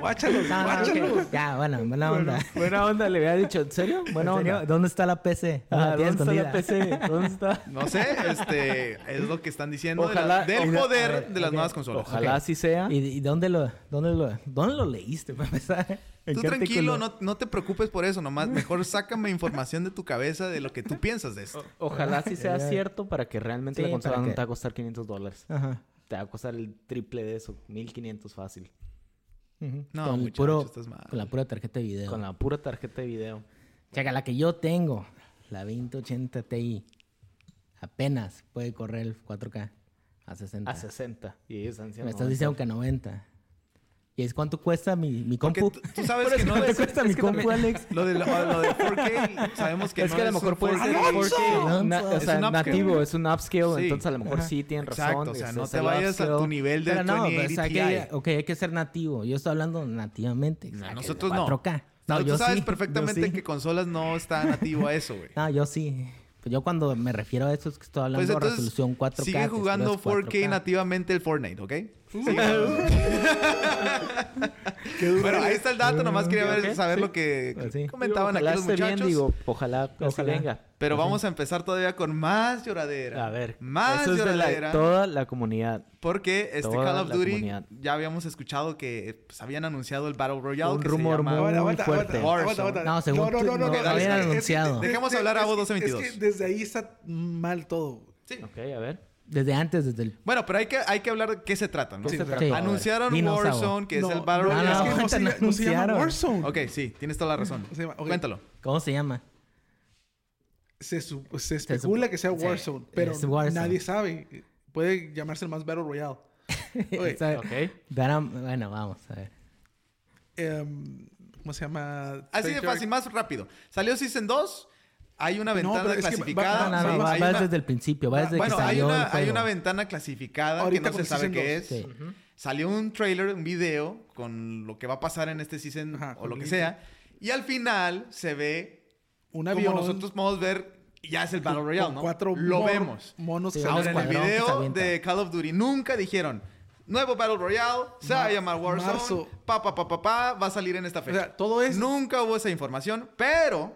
Speaker 2: Guáchalos,
Speaker 4: No, no,
Speaker 2: guáchalos.
Speaker 4: Ah, ok. Ya, bueno, buena onda.
Speaker 3: Buena onda, le había dicho. ¿En serio? Buena
Speaker 4: ¿En serio?
Speaker 3: onda.
Speaker 4: ¿Dónde está la PC? Ah,
Speaker 3: Ah,
Speaker 4: la tiene
Speaker 3: ¿Dónde está
Speaker 4: escondida.
Speaker 3: la PC? ¿Dónde está?
Speaker 1: No sé, este es lo que están diciendo de la-
Speaker 3: Ojalá-
Speaker 1: del
Speaker 3: ojalá-
Speaker 1: poder
Speaker 3: a ver,
Speaker 1: de las
Speaker 4: ok.
Speaker 1: nuevas consolas.
Speaker 3: Ojalá así sea.
Speaker 4: ¿Y, y dónde, lo, dónde, lo, dónde lo leíste para empezar? ¿En
Speaker 1: Tú
Speaker 4: qué
Speaker 1: tranquilo,
Speaker 4: artículo?
Speaker 1: no, no te preocupes por eso, nomás mejor sácame información de tu cabeza de lo que tú piensas de
Speaker 3: Oh,
Speaker 1: esto.
Speaker 3: Ojalá sí sea
Speaker 4: Ya.
Speaker 3: cierto para que realmente
Speaker 4: Sí,
Speaker 3: la consola
Speaker 4: para
Speaker 3: no
Speaker 4: que-
Speaker 3: te va a costar 500 dólares.
Speaker 4: Ajá.
Speaker 3: Te va a costar el triple de eso, 1500 fácil.
Speaker 4: ujú.
Speaker 1: No,
Speaker 4: con, el
Speaker 1: muchacho,
Speaker 4: puro-
Speaker 1: estás mal.
Speaker 4: con la pura tarjeta de video.
Speaker 3: Con la pura tarjeta de video.
Speaker 4: Chaca, la que yo tengo, la 2080 Ti, apenas puede correr el 4K a 60.
Speaker 3: A 60. Y ellos están diciendo
Speaker 4: Me estás diciendo que a 90. ¿Y es cuánto cuesta mi, mi
Speaker 1: Porque
Speaker 4: compu?
Speaker 1: tú, tú sabes que no
Speaker 4: ¿Cuánto
Speaker 1: es,
Speaker 4: cuesta mi compu, Alex?
Speaker 1: lo de, lo, lo de 4K, sabemos que
Speaker 3: es
Speaker 1: no
Speaker 3: que a lo
Speaker 1: es un
Speaker 3: mejor puede ser
Speaker 1: 4K.
Speaker 3: porque
Speaker 4: ¡Alonso!
Speaker 3: na- o
Speaker 1: Es
Speaker 3: sea,
Speaker 1: un upscale.
Speaker 3: nativo, es un upscale,
Speaker 1: Sí.
Speaker 3: entonces a lo mejor sí tienen razón.
Speaker 1: Exacto, o sea,
Speaker 3: es-
Speaker 1: no
Speaker 3: es
Speaker 1: te
Speaker 3: el
Speaker 1: vayas a
Speaker 3: upscale.
Speaker 1: tu nivel de
Speaker 4: Pero no, pues
Speaker 1: 2080
Speaker 4: hay
Speaker 1: Ti.
Speaker 4: que, ok, hay que ser nativo. Yo estoy hablando nativamente. o sea, que
Speaker 1: nosotros no.
Speaker 4: 4K.
Speaker 1: No, tú
Speaker 4: yo
Speaker 1: sabes
Speaker 4: sí, yo
Speaker 1: perfectamente
Speaker 4: sí.
Speaker 1: que consolas no está nativo a eso, güey.
Speaker 3: Ah,
Speaker 4: No, yo sí. Pues yo cuando me refiero a eso es que estoy hablando
Speaker 1: Pues
Speaker 4: de
Speaker 1: entonces,
Speaker 4: resolución 4K.
Speaker 1: sigue
Speaker 4: texturas
Speaker 1: jugando 4K,
Speaker 4: 4K.
Speaker 1: nativamente el Fortnite, ¿ok?
Speaker 2: Uh.
Speaker 1: bueno, ahí está el dato, nomás quería ver-
Speaker 3: Mm, Ok,
Speaker 1: saber
Speaker 3: sí.
Speaker 1: lo que
Speaker 4: Pues sí.
Speaker 1: comentaban
Speaker 3: Ojalá
Speaker 1: aquí los
Speaker 3: esté bien,
Speaker 1: muchachos.
Speaker 3: digo, ojalá,
Speaker 4: Pues sí,
Speaker 3: ojalá
Speaker 4: ya.
Speaker 3: venga.
Speaker 1: Pero vamos a empezar todavía con más lloradera.
Speaker 3: A ver,
Speaker 1: Más
Speaker 3: eso es de la-
Speaker 1: lloradera.
Speaker 3: toda la comunidad.
Speaker 1: Porque este
Speaker 3: toda
Speaker 1: Call of
Speaker 3: la
Speaker 1: Duty
Speaker 3: comunidad.
Speaker 1: ya habíamos escuchado que pues, habían anunciado el Battle Royale.
Speaker 3: Un
Speaker 1: que
Speaker 3: rumor
Speaker 1: se llama-
Speaker 3: muy-
Speaker 2: Aguanta, aguanta,
Speaker 3: fuerte.
Speaker 2: aguanta, aguanta,
Speaker 1: Warzone.
Speaker 2: aguanta.
Speaker 4: No, según tú, no,
Speaker 1: lo habían
Speaker 2: es que-
Speaker 4: anunciado.
Speaker 1: Dejemos hablar a
Speaker 2: es-
Speaker 1: Voz
Speaker 2: es que-
Speaker 1: 22.
Speaker 2: Es que desde ahí está mal todo.
Speaker 1: Sí.
Speaker 3: Ok, a ver.
Speaker 4: Desde antes, desde el...
Speaker 1: Bueno, pero hay que, hay que hablar de qué se trata, ¿no?
Speaker 3: ¿Qué se
Speaker 1: Sí.
Speaker 3: trata?
Speaker 1: Anunciaron
Speaker 4: Dinos, Sabo.
Speaker 1: Warzone, que
Speaker 2: No,
Speaker 1: es el Battle
Speaker 4: no,
Speaker 1: Royale.
Speaker 2: es que
Speaker 4: no,
Speaker 2: no, se, llama-
Speaker 4: no
Speaker 2: no se llama
Speaker 4: anunciaron.
Speaker 2: Warzone.
Speaker 1: Ok, sí, tienes toda la razón.
Speaker 2: Se llama- ok.
Speaker 1: Cuéntalo.
Speaker 4: ¿Cómo se llama?
Speaker 2: Se, su- se especula
Speaker 4: supo-
Speaker 2: que sea
Speaker 4: sí,
Speaker 2: Warzone, pero
Speaker 4: es Warzone.
Speaker 2: nadie sabe. Puede llamarse el más Battle Royale. Oye,
Speaker 4: Esa-
Speaker 3: Ok.
Speaker 4: Dará- Bueno, vamos a ver.
Speaker 2: em, ¿Cómo se llama?
Speaker 1: Así Ah, de
Speaker 2: Treyarch.
Speaker 1: fácil, más rápido. Salió Season 2, hay una
Speaker 2: No,
Speaker 1: ventana
Speaker 2: pero es que va-
Speaker 1: clasificada.
Speaker 4: No, no, no,
Speaker 1: sí,
Speaker 4: va,
Speaker 1: hay
Speaker 4: va
Speaker 1: una- Ah,
Speaker 4: desde el principio, va desde
Speaker 1: bueno,
Speaker 4: que
Speaker 1: hay
Speaker 4: salió el
Speaker 1: una, hay
Speaker 4: juego.
Speaker 1: una ventana clasificada
Speaker 2: Ahorita
Speaker 1: que no
Speaker 2: con
Speaker 1: se sabe
Speaker 2: Season
Speaker 1: qué
Speaker 2: 2.
Speaker 1: es.
Speaker 4: Sí.
Speaker 1: Salió un trailer, un video con lo que va a pasar en este season
Speaker 2: Ajá,
Speaker 1: o lo
Speaker 2: con
Speaker 1: que
Speaker 2: el-
Speaker 1: sea. Y al final se ve
Speaker 2: Un
Speaker 1: como
Speaker 2: avión.
Speaker 1: nosotros podemos ver y ya es el Battle Royale,
Speaker 2: Con
Speaker 1: ¿no?
Speaker 2: cuatro
Speaker 1: Lo
Speaker 2: mor-
Speaker 1: vemos.
Speaker 2: monos
Speaker 4: Sí,
Speaker 2: que
Speaker 1: Ahora,
Speaker 4: vamos
Speaker 1: en el
Speaker 2: salen
Speaker 4: cuadrón que se
Speaker 1: video
Speaker 4: avienta.
Speaker 1: de Call of Duty nunca dijeron nuevo Battle Royale, se va a
Speaker 2: Mar-
Speaker 1: llamar Warzone,
Speaker 2: marzo.
Speaker 1: pa pa pa pa pa, va a salir en esta fecha.
Speaker 2: sea, todo es-
Speaker 1: nunca hubo esa información, pero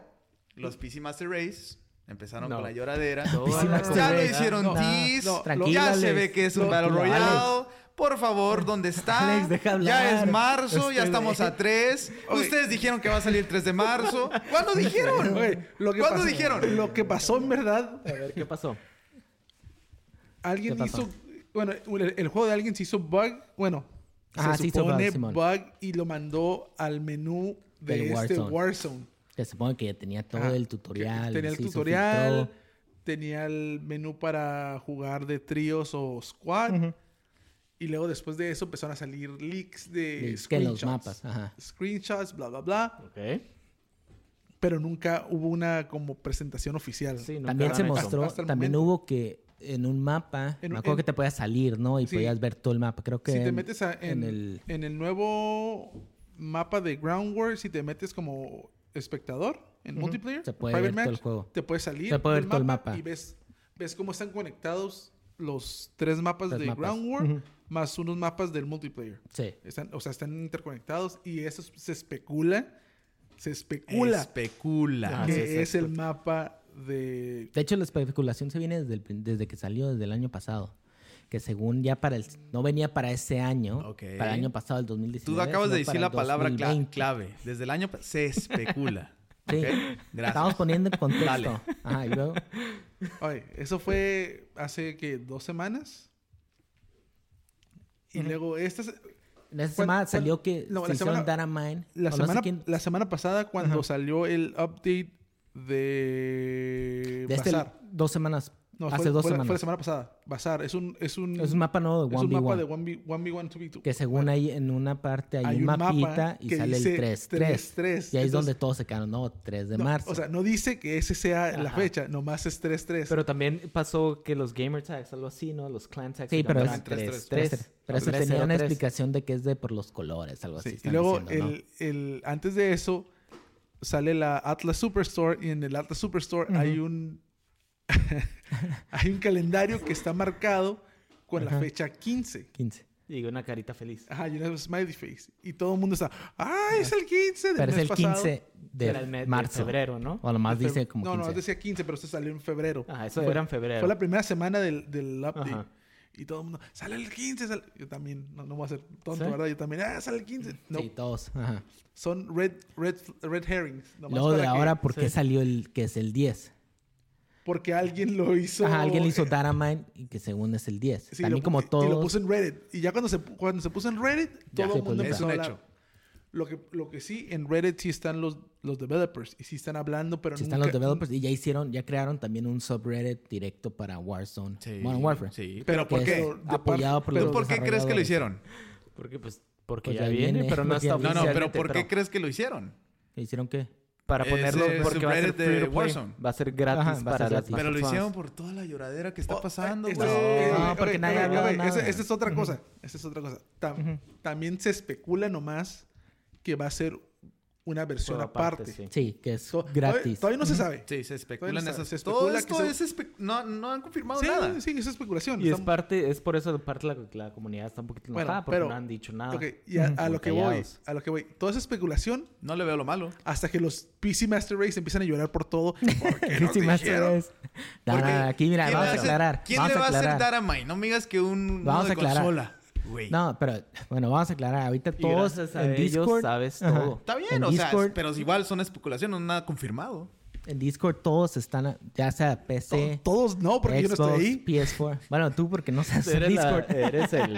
Speaker 1: los PC Master Race empezaron
Speaker 3: No.
Speaker 1: con la lloradera.
Speaker 3: Toda
Speaker 4: la
Speaker 1: ya lo
Speaker 4: correa.
Speaker 1: hicieron
Speaker 2: No,
Speaker 1: tease,
Speaker 2: no,
Speaker 1: ya
Speaker 4: tranquila,
Speaker 1: se
Speaker 4: Alex.
Speaker 1: ve que es un
Speaker 4: No,
Speaker 1: Battle
Speaker 4: no,
Speaker 1: Royale.
Speaker 4: Alex.
Speaker 1: Por favor, ¿dónde está?
Speaker 4: Alex, deja hablar.
Speaker 1: ya es marzo, ya
Speaker 2: Este,
Speaker 4: Estoy
Speaker 1: estamos
Speaker 4: de-
Speaker 1: a 3.
Speaker 2: Oye.
Speaker 1: Ustedes dijeron que va a salir 3 de marzo. ¿Cuándo dijeron?
Speaker 2: Güey, lo que
Speaker 1: ¿Cuándo
Speaker 2: pasó-
Speaker 1: dijeron?
Speaker 2: Lo que pasó en verdad,
Speaker 3: A ver, ¿qué pasó?
Speaker 2: alguien
Speaker 4: ¿Qué pasó?
Speaker 2: hizo. Bueno, el, el juego de alguien se hizo bug. Bueno,
Speaker 4: Ajá,
Speaker 2: se
Speaker 4: Ah, se hizo bug,
Speaker 2: supone
Speaker 4: Simón.
Speaker 2: bug y lo mandó al menú de
Speaker 4: Del
Speaker 2: este Warzone.
Speaker 4: Warzone. Que supongo que ya tenía todo
Speaker 2: Ajá,
Speaker 4: el
Speaker 2: que
Speaker 4: tutorial.
Speaker 2: Tenía el
Speaker 4: sí, su
Speaker 2: tutorial.
Speaker 4: filtro.
Speaker 2: Tenía el menú para jugar de tríos o squad. Y luego después de eso empezaron a salir leaks
Speaker 1: eh,
Speaker 2: de
Speaker 4: Leaks, que en los
Speaker 2: screenshots.
Speaker 4: mapas, ajá.
Speaker 2: Screenshots, bla, bla, bla.
Speaker 3: Ok.
Speaker 2: Pero nunca hubo una como presentación oficial.
Speaker 3: Sí, nunca
Speaker 4: También
Speaker 3: dan
Speaker 4: se
Speaker 3: eso.
Speaker 4: mostró,
Speaker 2: Hasta el
Speaker 4: también
Speaker 2: momento.
Speaker 4: hubo que en un mapa,
Speaker 2: En un-
Speaker 4: me acuerdo
Speaker 2: en-
Speaker 4: que te podías salir, ¿no? Y
Speaker 2: Sí.
Speaker 4: podías ver todo el mapa. Creo que
Speaker 2: si te
Speaker 4: en-
Speaker 2: metes a- en, en, el...
Speaker 4: el...
Speaker 2: nuevo mapa de Groundwork, si te metes como espectador en multiplayer,
Speaker 4: Se puede
Speaker 2: private
Speaker 4: ver todo el juego.
Speaker 2: te puedes salir
Speaker 4: Se puede ver
Speaker 2: del
Speaker 4: todo el mapa.
Speaker 2: y ves, ves cómo están conectados los tres mapas
Speaker 4: Tres
Speaker 2: de
Speaker 4: mapas.
Speaker 2: Groundwork más unos mapas del multiplayer.
Speaker 4: Sí.
Speaker 2: Están, o sea, están interconectados y eso se especula, se especula
Speaker 4: Ah,
Speaker 1: Especula.
Speaker 2: que
Speaker 3: sí,
Speaker 2: es el mapa de
Speaker 4: De hecho, la especulación se viene desde, el prin- desde que salió, desde el año pasado. Que según ya para el... No venía para ese año.
Speaker 1: Ok.
Speaker 4: Para el año pasado, el 2019.
Speaker 1: Tú acabas de
Speaker 4: sino
Speaker 1: decir
Speaker 4: para
Speaker 1: la
Speaker 4: el
Speaker 1: palabra cla-
Speaker 4: 2020.
Speaker 1: clave. Desde el año pa- se especula.
Speaker 4: Sí.
Speaker 1: ¿Ok?
Speaker 4: Estamos
Speaker 1: Gracias.
Speaker 4: poniendo en
Speaker 1: Dale.
Speaker 4: contexto. Ajá, y luego...
Speaker 2: Oye, eso fue hace que dos semanas. Y luego esta se-
Speaker 4: En esa
Speaker 2: ¿Cuál-
Speaker 4: semana
Speaker 2: cuál-
Speaker 4: salió que
Speaker 2: no,
Speaker 4: se
Speaker 2: la
Speaker 4: hicieron
Speaker 2: semana-
Speaker 4: Data Mine.
Speaker 2: la
Speaker 4: o no sé
Speaker 2: semana
Speaker 4: quién-
Speaker 2: la semana pasada cuando salió el update de
Speaker 4: de este-
Speaker 2: Bazar.
Speaker 4: dos semanas.
Speaker 2: No,
Speaker 4: hace
Speaker 2: fue,
Speaker 4: dos
Speaker 2: fue la-
Speaker 4: semanas.
Speaker 2: fue la semana pasada. Bazar es un es un
Speaker 4: Es un mapa nuevo de
Speaker 2: Mm. es un
Speaker 4: 1v1.
Speaker 2: mapa de 1v 1v1 2v2.
Speaker 4: Que según hay en una parte hay,
Speaker 2: Hay
Speaker 4: un
Speaker 2: un mapa
Speaker 4: mapita y
Speaker 2: que
Speaker 4: sale el
Speaker 2: dice
Speaker 4: 3.
Speaker 2: 3,
Speaker 4: 3,
Speaker 2: 3.
Speaker 4: Y ahí es
Speaker 2: Entonces-
Speaker 4: donde todos se quedaron, no, 3 de
Speaker 2: No,
Speaker 4: marzo.
Speaker 2: O sea, no dice que ese sea la
Speaker 3: Ajá.
Speaker 2: fecha, nomás es 3-3.
Speaker 3: Pero también pasó que los gamer tags, algo así, ¿no? Los clan tags.
Speaker 4: sí, pero es
Speaker 3: eran
Speaker 1: tres,
Speaker 4: 3, 3.
Speaker 3: tres,
Speaker 4: Pero eso
Speaker 3: tres,
Speaker 4: tenía
Speaker 3: cero,
Speaker 4: una
Speaker 3: tres.
Speaker 4: explicación de que es de por los colores, algo
Speaker 2: Sí,
Speaker 4: así.
Speaker 2: Y
Speaker 4: pues, están
Speaker 2: luego,
Speaker 4: diciendo, ¿no?
Speaker 2: el, el- antes de eso, sale la Atlas Superstore. Y en el Atlas Superstore hay un. hay un calendario que está marcado con la
Speaker 4: Ajá.
Speaker 2: fecha 15.
Speaker 4: 15.
Speaker 3: Y una carita feliz.
Speaker 2: Ajá, y una smiley face. Y todo el mundo está. ¡Ah, es el 15! Del
Speaker 4: Pero es
Speaker 2: mes
Speaker 4: el
Speaker 2: pasado".
Speaker 4: 15 de
Speaker 3: Era el mes de
Speaker 4: marzo.
Speaker 3: febrero, ¿no?
Speaker 4: O lo más
Speaker 2: De fe-
Speaker 4: dice como
Speaker 2: este, No,
Speaker 4: 15.
Speaker 2: no, decía 15, pero se salió en febrero.
Speaker 3: Ah, eso era en febrero.
Speaker 2: Fue la primera semana del, del update.
Speaker 3: Ajá.
Speaker 2: Y todo el mundo, sale el 15, sale-". Yo también, no, no voy a ser tonto,
Speaker 3: ¿Sí?
Speaker 2: ¿verdad? Yo también, ah, sale el 15. No,
Speaker 4: Sí, todos. Ajá.
Speaker 2: son red, red, red herrings. nomás
Speaker 4: Luego de
Speaker 2: para que-
Speaker 4: ahora, ¿por
Speaker 3: sí.
Speaker 4: qué salió el que es el 10?
Speaker 2: Porque alguien lo hizo.
Speaker 4: Ajá, alguien le hizo Datamine y que según es el 10.
Speaker 2: eh, Sí,
Speaker 4: También
Speaker 2: lo-
Speaker 4: como
Speaker 2: y- Y lo
Speaker 4: todos.
Speaker 2: puso en Reddit. Y ya cuando se, cuando se puso en Reddit,
Speaker 4: Ya
Speaker 2: todo
Speaker 4: se
Speaker 2: el mundo
Speaker 4: publica.
Speaker 2: empezó
Speaker 1: Es
Speaker 2: a
Speaker 1: un
Speaker 2: hablar. Lo que, lo que sí, en Reddit sí están los, los developers. Y sí están hablando, pero
Speaker 4: Si
Speaker 2: nunca...
Speaker 4: están los developers y ya hicieron, ya crearon también un subreddit directo para Warzone.
Speaker 1: Sí,
Speaker 4: Bueno, Warfare.
Speaker 1: Sí.
Speaker 2: Pero
Speaker 4: que
Speaker 2: ¿por
Speaker 4: es
Speaker 2: qué?
Speaker 4: Apoyado por
Speaker 2: Pero
Speaker 4: los
Speaker 1: ¿Por qué crees que lo
Speaker 4: desarrolladores.
Speaker 1: hicieron?
Speaker 3: Porque, pues, porque
Speaker 4: Pues
Speaker 3: ya
Speaker 4: ya
Speaker 3: viene,
Speaker 4: viene,
Speaker 3: pero no
Speaker 4: porque
Speaker 3: está
Speaker 4: ya
Speaker 1: No, no, pero
Speaker 3: oficialmente,
Speaker 1: ¿por qué crees que lo hicieron?
Speaker 4: ¿Que ¿Hicieron qué?
Speaker 3: Para
Speaker 1: Ese
Speaker 3: ponerlo, porque va a ser
Speaker 1: subreddit de
Speaker 3: free to play.
Speaker 1: Warzone.
Speaker 3: Va a ser gratis
Speaker 4: Ajá, va a ser
Speaker 3: para las
Speaker 4: gratis.
Speaker 1: Pero lo
Speaker 3: personas.
Speaker 1: hicieron por toda la lloradera que está
Speaker 2: Oh,
Speaker 1: pasando,
Speaker 2: eh,
Speaker 1: güey.
Speaker 2: esto es-
Speaker 4: No,
Speaker 2: ok,
Speaker 4: porque
Speaker 2: ok,
Speaker 4: nadie
Speaker 2: ok,
Speaker 4: hablaba
Speaker 2: ok,
Speaker 4: nada.
Speaker 2: esa- Esa es otra cosa. Esa es otra cosa. Ta- También se especula nomás que va a ser una versión
Speaker 3: Juego aparte,
Speaker 2: aparte.
Speaker 3: sí.
Speaker 4: Sí, que es
Speaker 2: So- todavía-
Speaker 4: gratis.
Speaker 2: Todavía no se sabe.
Speaker 1: Sí, se especulan
Speaker 2: Todavía no
Speaker 1: esas...
Speaker 2: se especula
Speaker 1: Todo
Speaker 2: que
Speaker 1: esto
Speaker 2: se-
Speaker 1: es... espe- No, no han confirmado
Speaker 2: Sí,
Speaker 1: nada.
Speaker 2: sí, es especulación.
Speaker 3: Y es
Speaker 2: Estamos-
Speaker 3: parte, es por eso de parte la, la comunidad está un poquito
Speaker 2: Bueno,
Speaker 3: enojada porque
Speaker 2: pero-
Speaker 3: no han dicho
Speaker 4: ah,
Speaker 3: nada.
Speaker 2: Ok, y a, a lo que voy,
Speaker 3: Callados.
Speaker 2: a lo que voy. Toda esa especulación
Speaker 1: No le veo lo malo.
Speaker 2: hasta que los PC Master Race empiezan a llorar por todo. ¿Por qué nos
Speaker 4: Sí, más
Speaker 2: dijeron?
Speaker 4: es- No, no,
Speaker 1: Porque,
Speaker 4: no, aquí mira,
Speaker 1: ¿quién
Speaker 4: vamos
Speaker 1: le
Speaker 4: a
Speaker 1: va hacer-
Speaker 4: aclarar.
Speaker 1: ¿Quién
Speaker 4: vamos
Speaker 1: le va a hacer
Speaker 4: aclarar.
Speaker 1: Daramay? No me digas que un... uno
Speaker 4: Vamos a
Speaker 1: de
Speaker 4: aclarar.
Speaker 1: consola, güey.
Speaker 4: No, pero bueno, vamos a aclarar. Ahorita
Speaker 3: Y
Speaker 4: todos
Speaker 3: gracias a
Speaker 4: en
Speaker 3: ellos
Speaker 4: Discord.
Speaker 3: sabes
Speaker 4: Ajá.
Speaker 3: todo.
Speaker 1: Está bien,
Speaker 4: en
Speaker 1: o sea,
Speaker 4: Discord-
Speaker 1: pero igual son especulaciones, no nada confirmado.
Speaker 4: En Discord todos están, a- ya sea PC,
Speaker 2: To- Todos no, porque yo no
Speaker 4: Xbox,
Speaker 2: estoy ahí.
Speaker 4: PS4. Bueno, tú porque no sabes
Speaker 3: Eres,
Speaker 4: Discord.
Speaker 3: La, eres el,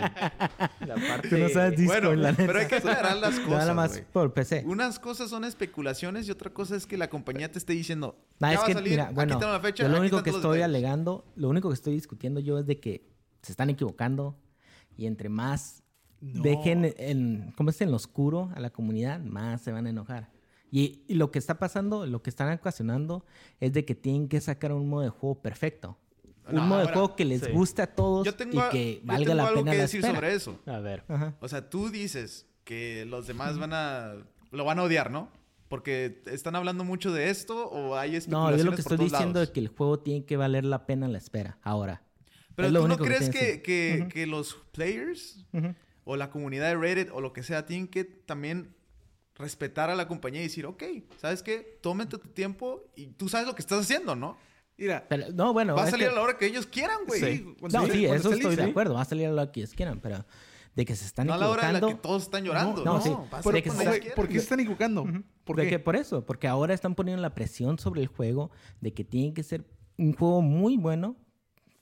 Speaker 3: la parte...
Speaker 4: Tú no sabes Discord,
Speaker 1: bueno,
Speaker 4: la neta.
Speaker 1: pero hay que aclarar las cosas,
Speaker 4: Nada más
Speaker 1: güey.
Speaker 4: por PC.
Speaker 1: Unas cosas son especulaciones y otra cosa es que la compañía te esté diciendo.
Speaker 4: No,
Speaker 1: ya
Speaker 4: es
Speaker 1: va
Speaker 4: que,
Speaker 1: a salir,
Speaker 4: mira,
Speaker 1: aquí
Speaker 4: bueno,
Speaker 1: está la fecha,
Speaker 4: yo lo
Speaker 1: aquí
Speaker 4: único
Speaker 1: están
Speaker 4: que
Speaker 1: todos
Speaker 4: estoy
Speaker 1: los detalles.
Speaker 4: alegando, lo único que estoy discutiendo yo es de que se están equivocando y entre más
Speaker 2: No.
Speaker 4: dejen e- en, ¿cómo es? En lo oscuro a la comunidad, más se van a enojar. Y, y lo que está pasando, lo que están ocasionando es de que tienen que sacar un modo de juego perfecto. Un
Speaker 1: No,
Speaker 4: modo de
Speaker 1: ahora,
Speaker 4: juego que les
Speaker 3: sí.
Speaker 4: guste a todos
Speaker 1: Yo tengo,
Speaker 4: y que
Speaker 1: yo
Speaker 4: valga
Speaker 1: tengo
Speaker 4: la
Speaker 1: algo
Speaker 4: pena
Speaker 1: que
Speaker 4: la
Speaker 1: decir
Speaker 4: espera.
Speaker 1: sobre eso.
Speaker 3: A ver.
Speaker 4: Ajá.
Speaker 1: O sea, tú dices que los demás van a... Lo van a odiar, ¿no? Porque están hablando mucho de esto o hay
Speaker 4: No,
Speaker 1: especulaciones
Speaker 4: yo lo que
Speaker 1: por
Speaker 4: estoy
Speaker 1: todos
Speaker 4: diciendo
Speaker 1: lados.
Speaker 4: es que el juego tiene que valer la pena la espera ahora.
Speaker 1: Pero
Speaker 4: es
Speaker 1: tú
Speaker 4: lo
Speaker 1: no
Speaker 4: único que
Speaker 1: crees
Speaker 4: tiene
Speaker 1: que, que- que los players o la comunidad de Reddit o lo que sea tienen que también respetar a la compañía y decir, ok, ¿sabes qué? Tómate tu tiempo y tú sabes lo que estás haciendo, ¿no?
Speaker 2: Mira,
Speaker 4: Pero, no, bueno.
Speaker 1: Va a
Speaker 4: es
Speaker 1: salir
Speaker 4: que-
Speaker 1: a la hora que ellos quieran, güey.
Speaker 2: sí, cuando
Speaker 4: No,
Speaker 2: sale-
Speaker 4: sí,
Speaker 2: cuando
Speaker 4: eso
Speaker 2: sale
Speaker 4: estoy de
Speaker 2: Disney,
Speaker 4: acuerdo. Va a salir a lo que ellos quieran, pero de que se están
Speaker 1: No a la hora en la que
Speaker 4: equivocando.
Speaker 1: todos están llorando.
Speaker 4: no,
Speaker 1: No,
Speaker 4: sí.
Speaker 1: pasa
Speaker 2: Pero,
Speaker 4: De que
Speaker 1: cuando
Speaker 4: se-
Speaker 1: ellos
Speaker 2: güey,
Speaker 1: quieran.
Speaker 2: ¿Por qué se están equivocando? ¿Por
Speaker 4: ¿De
Speaker 2: qué?
Speaker 4: qué? Por eso, porque ahora están poniendo la presión sobre el juego de que tiene que ser un juego muy bueno,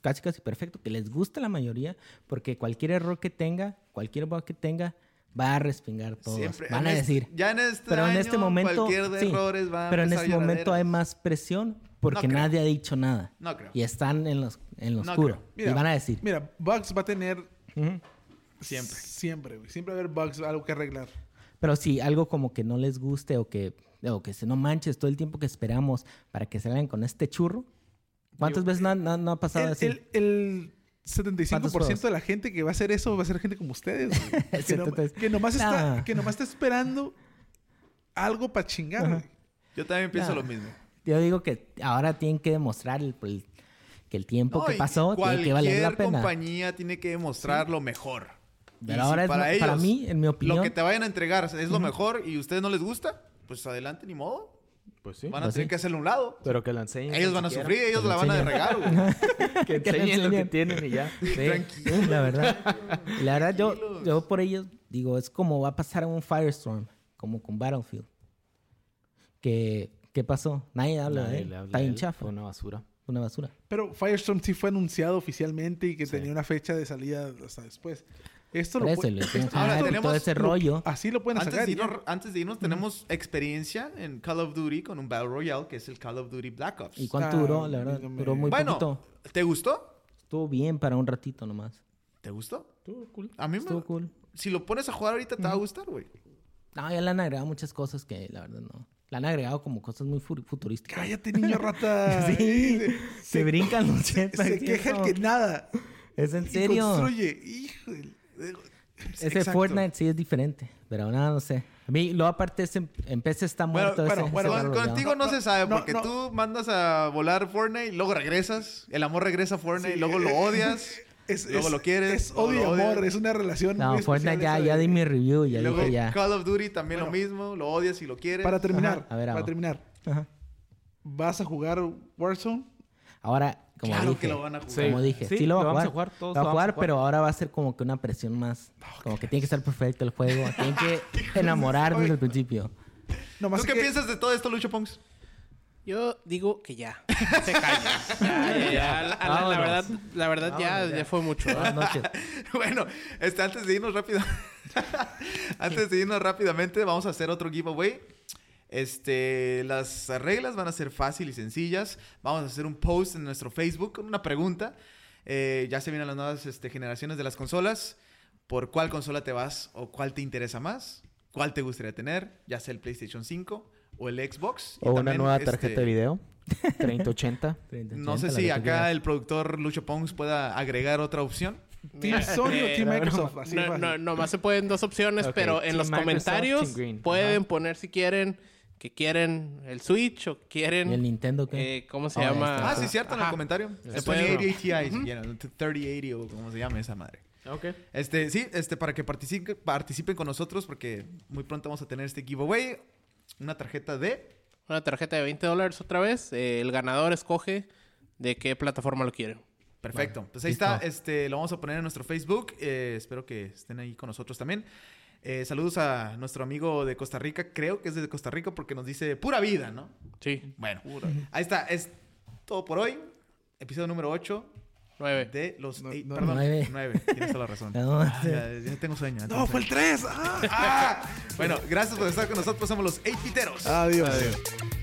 Speaker 4: casi casi perfecto, que les guste a la mayoría, porque cualquier error que tenga, cualquier bug que tenga, va a respingar todos.
Speaker 1: Siempre.
Speaker 4: Van a
Speaker 1: En este-
Speaker 4: decir.
Speaker 1: ya en este
Speaker 4: pero en
Speaker 1: año,
Speaker 4: este momento,
Speaker 1: cualquier de
Speaker 4: sí,
Speaker 1: errores va a
Speaker 4: pero en
Speaker 1: empezar
Speaker 4: este momento hay
Speaker 1: lloraderas.
Speaker 4: más presión porque
Speaker 1: creo.
Speaker 4: nadie ha dicho nada.
Speaker 1: No creo.
Speaker 4: Y están en, los, en lo
Speaker 1: No
Speaker 4: oscuro.
Speaker 1: creo.
Speaker 2: Mira,
Speaker 4: y van a decir.
Speaker 2: Mira, bugs va a tener
Speaker 4: "Ujú".
Speaker 1: Siempre.
Speaker 2: Siempre, güey. Siempre va a haber bugs, algo que arreglar.
Speaker 4: Pero sí, algo como que no les guste o que, o que se no manches todo el tiempo que esperamos para que salgan con este churro. ¿Cuántas veces
Speaker 1: eh,
Speaker 4: no, no- no ha pasado
Speaker 2: El,
Speaker 4: así?
Speaker 2: el, el 75%
Speaker 4: juegos?
Speaker 2: de la gente que va a hacer eso va a ser gente como ustedes. güey. que, no-
Speaker 4: 73.
Speaker 2: que nomás está,
Speaker 4: Nah.
Speaker 2: que nomás está esperando algo para chingar. güey.
Speaker 1: Yo también pienso
Speaker 4: No.
Speaker 1: lo mismo.
Speaker 4: Yo digo que ahora tienen que demostrar el- el- que el tiempo
Speaker 1: No,
Speaker 4: que
Speaker 1: y
Speaker 4: pasó tiene que valer la
Speaker 1: cualquier
Speaker 4: pena.
Speaker 1: compañía tiene que demostrar lo mejor.
Speaker 4: Pero
Speaker 1: Y
Speaker 4: ahora
Speaker 1: si
Speaker 4: es ma- para mí, en mi
Speaker 1: lo
Speaker 4: opinión-
Speaker 1: que te vayan a entregar es lo mejor y a ustedes no les gusta, pues adelante, ni modo.
Speaker 3: Pues sí.
Speaker 1: Van a
Speaker 4: Pues
Speaker 1: tener
Speaker 4: sí.
Speaker 1: que hacerlo a un lado.
Speaker 3: Pero que la enseñen.
Speaker 1: Ellos
Speaker 3: ni
Speaker 1: van a
Speaker 3: siquiera.
Speaker 1: sufrir, ellos
Speaker 4: que
Speaker 1: la
Speaker 4: lo
Speaker 1: van a regar, güey.
Speaker 3: Que
Speaker 4: Que la
Speaker 3: enseñen lo que
Speaker 4: enseñen.
Speaker 3: tienen y ya.
Speaker 4: Sí, la verdad. Y la verdad, yo, yo por ello digo, es como va a pasar un Firestorm, como con Battlefield. Que, ¿Qué pasó? Nadie habla de
Speaker 3: Nadie
Speaker 4: él.
Speaker 3: le habla
Speaker 4: Está
Speaker 3: de
Speaker 4: bien
Speaker 3: él,
Speaker 4: chafa.
Speaker 3: Una basura.
Speaker 4: Una basura.
Speaker 2: Pero Firestorm sí fue anunciado oficialmente y que tenía una fecha de salida hasta después. Esto
Speaker 4: Por
Speaker 2: lo
Speaker 4: eso,
Speaker 2: puede-
Speaker 4: le tienen que
Speaker 1: Ahora
Speaker 4: dar
Speaker 1: tenemos
Speaker 4: todo ese
Speaker 2: lo-
Speaker 4: rollo.
Speaker 2: Así lo pueden
Speaker 1: Antes
Speaker 2: sacar.
Speaker 1: de,
Speaker 2: y ya.
Speaker 1: irnos, antes de irnos, tenemos experiencia en Call of Duty con un Battle Royale, que es el Call of Duty Black Ops.
Speaker 4: ¿Y cuánto
Speaker 2: Ah,
Speaker 4: duró? La verdad,
Speaker 2: dígame.
Speaker 4: duró muy
Speaker 1: bueno,
Speaker 4: poquito.
Speaker 1: ¿te gustó?
Speaker 4: Estuvo bien para un ratito nomás.
Speaker 1: ¿Te gustó? A mí me...
Speaker 4: Estuvo cool.
Speaker 1: Si lo pones a jugar ahorita te va a gustar, güey.
Speaker 4: No, ya le han agregado muchas cosas que la verdad no. Le han agregado como cosas muy fu- futurísticas.
Speaker 2: Cállate, niño rata.
Speaker 4: Sí,
Speaker 2: Se-
Speaker 4: se, brincan los jetpacks.
Speaker 2: Se
Speaker 4: y
Speaker 2: queja el
Speaker 4: eso.
Speaker 2: que nada.
Speaker 4: Es en
Speaker 2: y
Speaker 4: serio.
Speaker 2: Construye. Híjole.
Speaker 4: Ese
Speaker 1: Exacto.
Speaker 4: Fortnite sí es diferente. Pero nada, no sé. A mí, luego aparte, ese, en PC está muerto.
Speaker 2: bueno,
Speaker 4: ese-
Speaker 2: bueno,
Speaker 4: ese
Speaker 1: Con-
Speaker 4: Battle
Speaker 1: contigo no,
Speaker 2: No,
Speaker 1: se sabe,
Speaker 2: no,
Speaker 1: porque
Speaker 2: no.
Speaker 1: tú mandas a volar Fortnite, luego regresas, el amor regresa a Fortnite,
Speaker 2: Sí.
Speaker 1: luego lo odias,
Speaker 2: Es,
Speaker 1: luego
Speaker 2: es-
Speaker 1: lo quieres,
Speaker 2: Es
Speaker 1: luego
Speaker 2: odio
Speaker 1: lo
Speaker 2: y
Speaker 1: odias.
Speaker 2: amor. Es una relación.
Speaker 4: Royale.
Speaker 2: muy
Speaker 4: No, Fortnite
Speaker 2: especial
Speaker 4: ya,
Speaker 2: esa
Speaker 4: ya
Speaker 2: de-
Speaker 4: di mi review. Ya
Speaker 1: y luego
Speaker 4: dije ya.
Speaker 1: Call of Duty también lo mismo, lo odias y lo quieres.
Speaker 2: Para terminar,
Speaker 4: Ajá, a ver,
Speaker 2: para
Speaker 4: vamos.
Speaker 2: terminar,
Speaker 4: Ajá.
Speaker 2: ¿vas a jugar Warzone?
Speaker 4: Ahora, como
Speaker 1: claro
Speaker 4: dije,
Speaker 1: que lo van a jugar.
Speaker 3: Sí.
Speaker 4: Como dije, sí, lo, va
Speaker 3: vamos
Speaker 4: a
Speaker 3: a
Speaker 4: jugar.
Speaker 3: jugar, todos
Speaker 4: va a
Speaker 3: lo vamos
Speaker 4: jugar,
Speaker 3: a jugar.
Speaker 4: pero ahora va a ser como que una presión más. como que tiene que estar perfecto el juego. tiene que enamorar desde el principio.
Speaker 2: Nomás
Speaker 1: ¿Tú qué
Speaker 2: que-
Speaker 1: piensas de todo esto, Lucho Pongs?
Speaker 5: Yo digo que ya. Se calla. Ya, ya, ya. La, la- la
Speaker 4: Vámonos.
Speaker 5: verdad, la verdad ya,
Speaker 4: Vámonos, ya.
Speaker 5: ya fue mucho.
Speaker 4: Buenas
Speaker 5: ¿verdad?
Speaker 4: noches.
Speaker 1: bueno, este, antes de irnos rápido, antes de irnos rápidamente, vamos a hacer otro giveaway. Este, las reglas van a ser fáciles y sencillas. Vamos a hacer un post en nuestro Facebook con una pregunta. Eh, ya se vienen las nuevas este, generaciones de las consolas. ¿Por cuál consola te vas o cuál te interesa más? ¿Cuál te gustaría tener? Ya sea el PlayStation 5 o el Xbox. Y
Speaker 3: O una
Speaker 1: también,
Speaker 3: nueva
Speaker 1: este,
Speaker 3: tarjeta de video. 3080.
Speaker 1: No sé si acá el productor Lucho Pongs pueda agregar otra opción.
Speaker 2: Team
Speaker 5: Mira,
Speaker 2: Sony o
Speaker 5: eh,
Speaker 2: Team Microsoft. Así de
Speaker 5: No,
Speaker 2: fácil.
Speaker 5: no, nomás se pueden dos opciones,
Speaker 3: Ok,
Speaker 5: pero
Speaker 3: Team
Speaker 5: en los
Speaker 3: Microsoft,
Speaker 5: comentarios
Speaker 3: Team Green.
Speaker 5: pueden
Speaker 3: Ajá.
Speaker 5: poner si quieren que quieren el Switch o quieren
Speaker 4: ¿Y el Nintendo qué?
Speaker 5: eh, ¿cómo
Speaker 3: Oh,
Speaker 5: se
Speaker 4: Ah,
Speaker 5: llama?
Speaker 1: Ah, sí, cierto, en el
Speaker 5: Ajá.
Speaker 1: comentario. Este,
Speaker 5: Se
Speaker 1: El
Speaker 5: puede,
Speaker 1: 2080 Ti, si quieren, el 3080 o como se llame esa madre.
Speaker 3: Ok.
Speaker 1: Este, sí, este, para que participen, participen con nosotros porque muy pronto vamos a tener este giveaway. Una tarjeta de...
Speaker 5: Una tarjeta de 20 dólares otra vez. eh, el ganador escoge de qué plataforma lo quiere.
Speaker 1: Perfecto. pues ahí está, este, lo vamos a poner en nuestro Facebook. eh, espero que estén ahí con nosotros también. Eh, saludos a nuestro amigo de Costa Rica, creo que es de Costa Rica porque nos dice pura vida, ¿no?
Speaker 5: Sí,
Speaker 1: Bueno, ahí está, es todo por hoy. Episodio número 8
Speaker 5: nueve.
Speaker 1: de los...
Speaker 2: No,
Speaker 1: eh,
Speaker 2: no,
Speaker 1: perdón,
Speaker 4: nueve.
Speaker 1: 9. Tienes toda la razón. Ah,
Speaker 4: No,
Speaker 1: Ya, ya tengo sueño. Ah, ya tengo
Speaker 2: No, fue el 3.
Speaker 1: Ah, bueno, gracias por estar con nosotros. Somos los 8 piteros.
Speaker 2: Adiós.
Speaker 5: Adiós.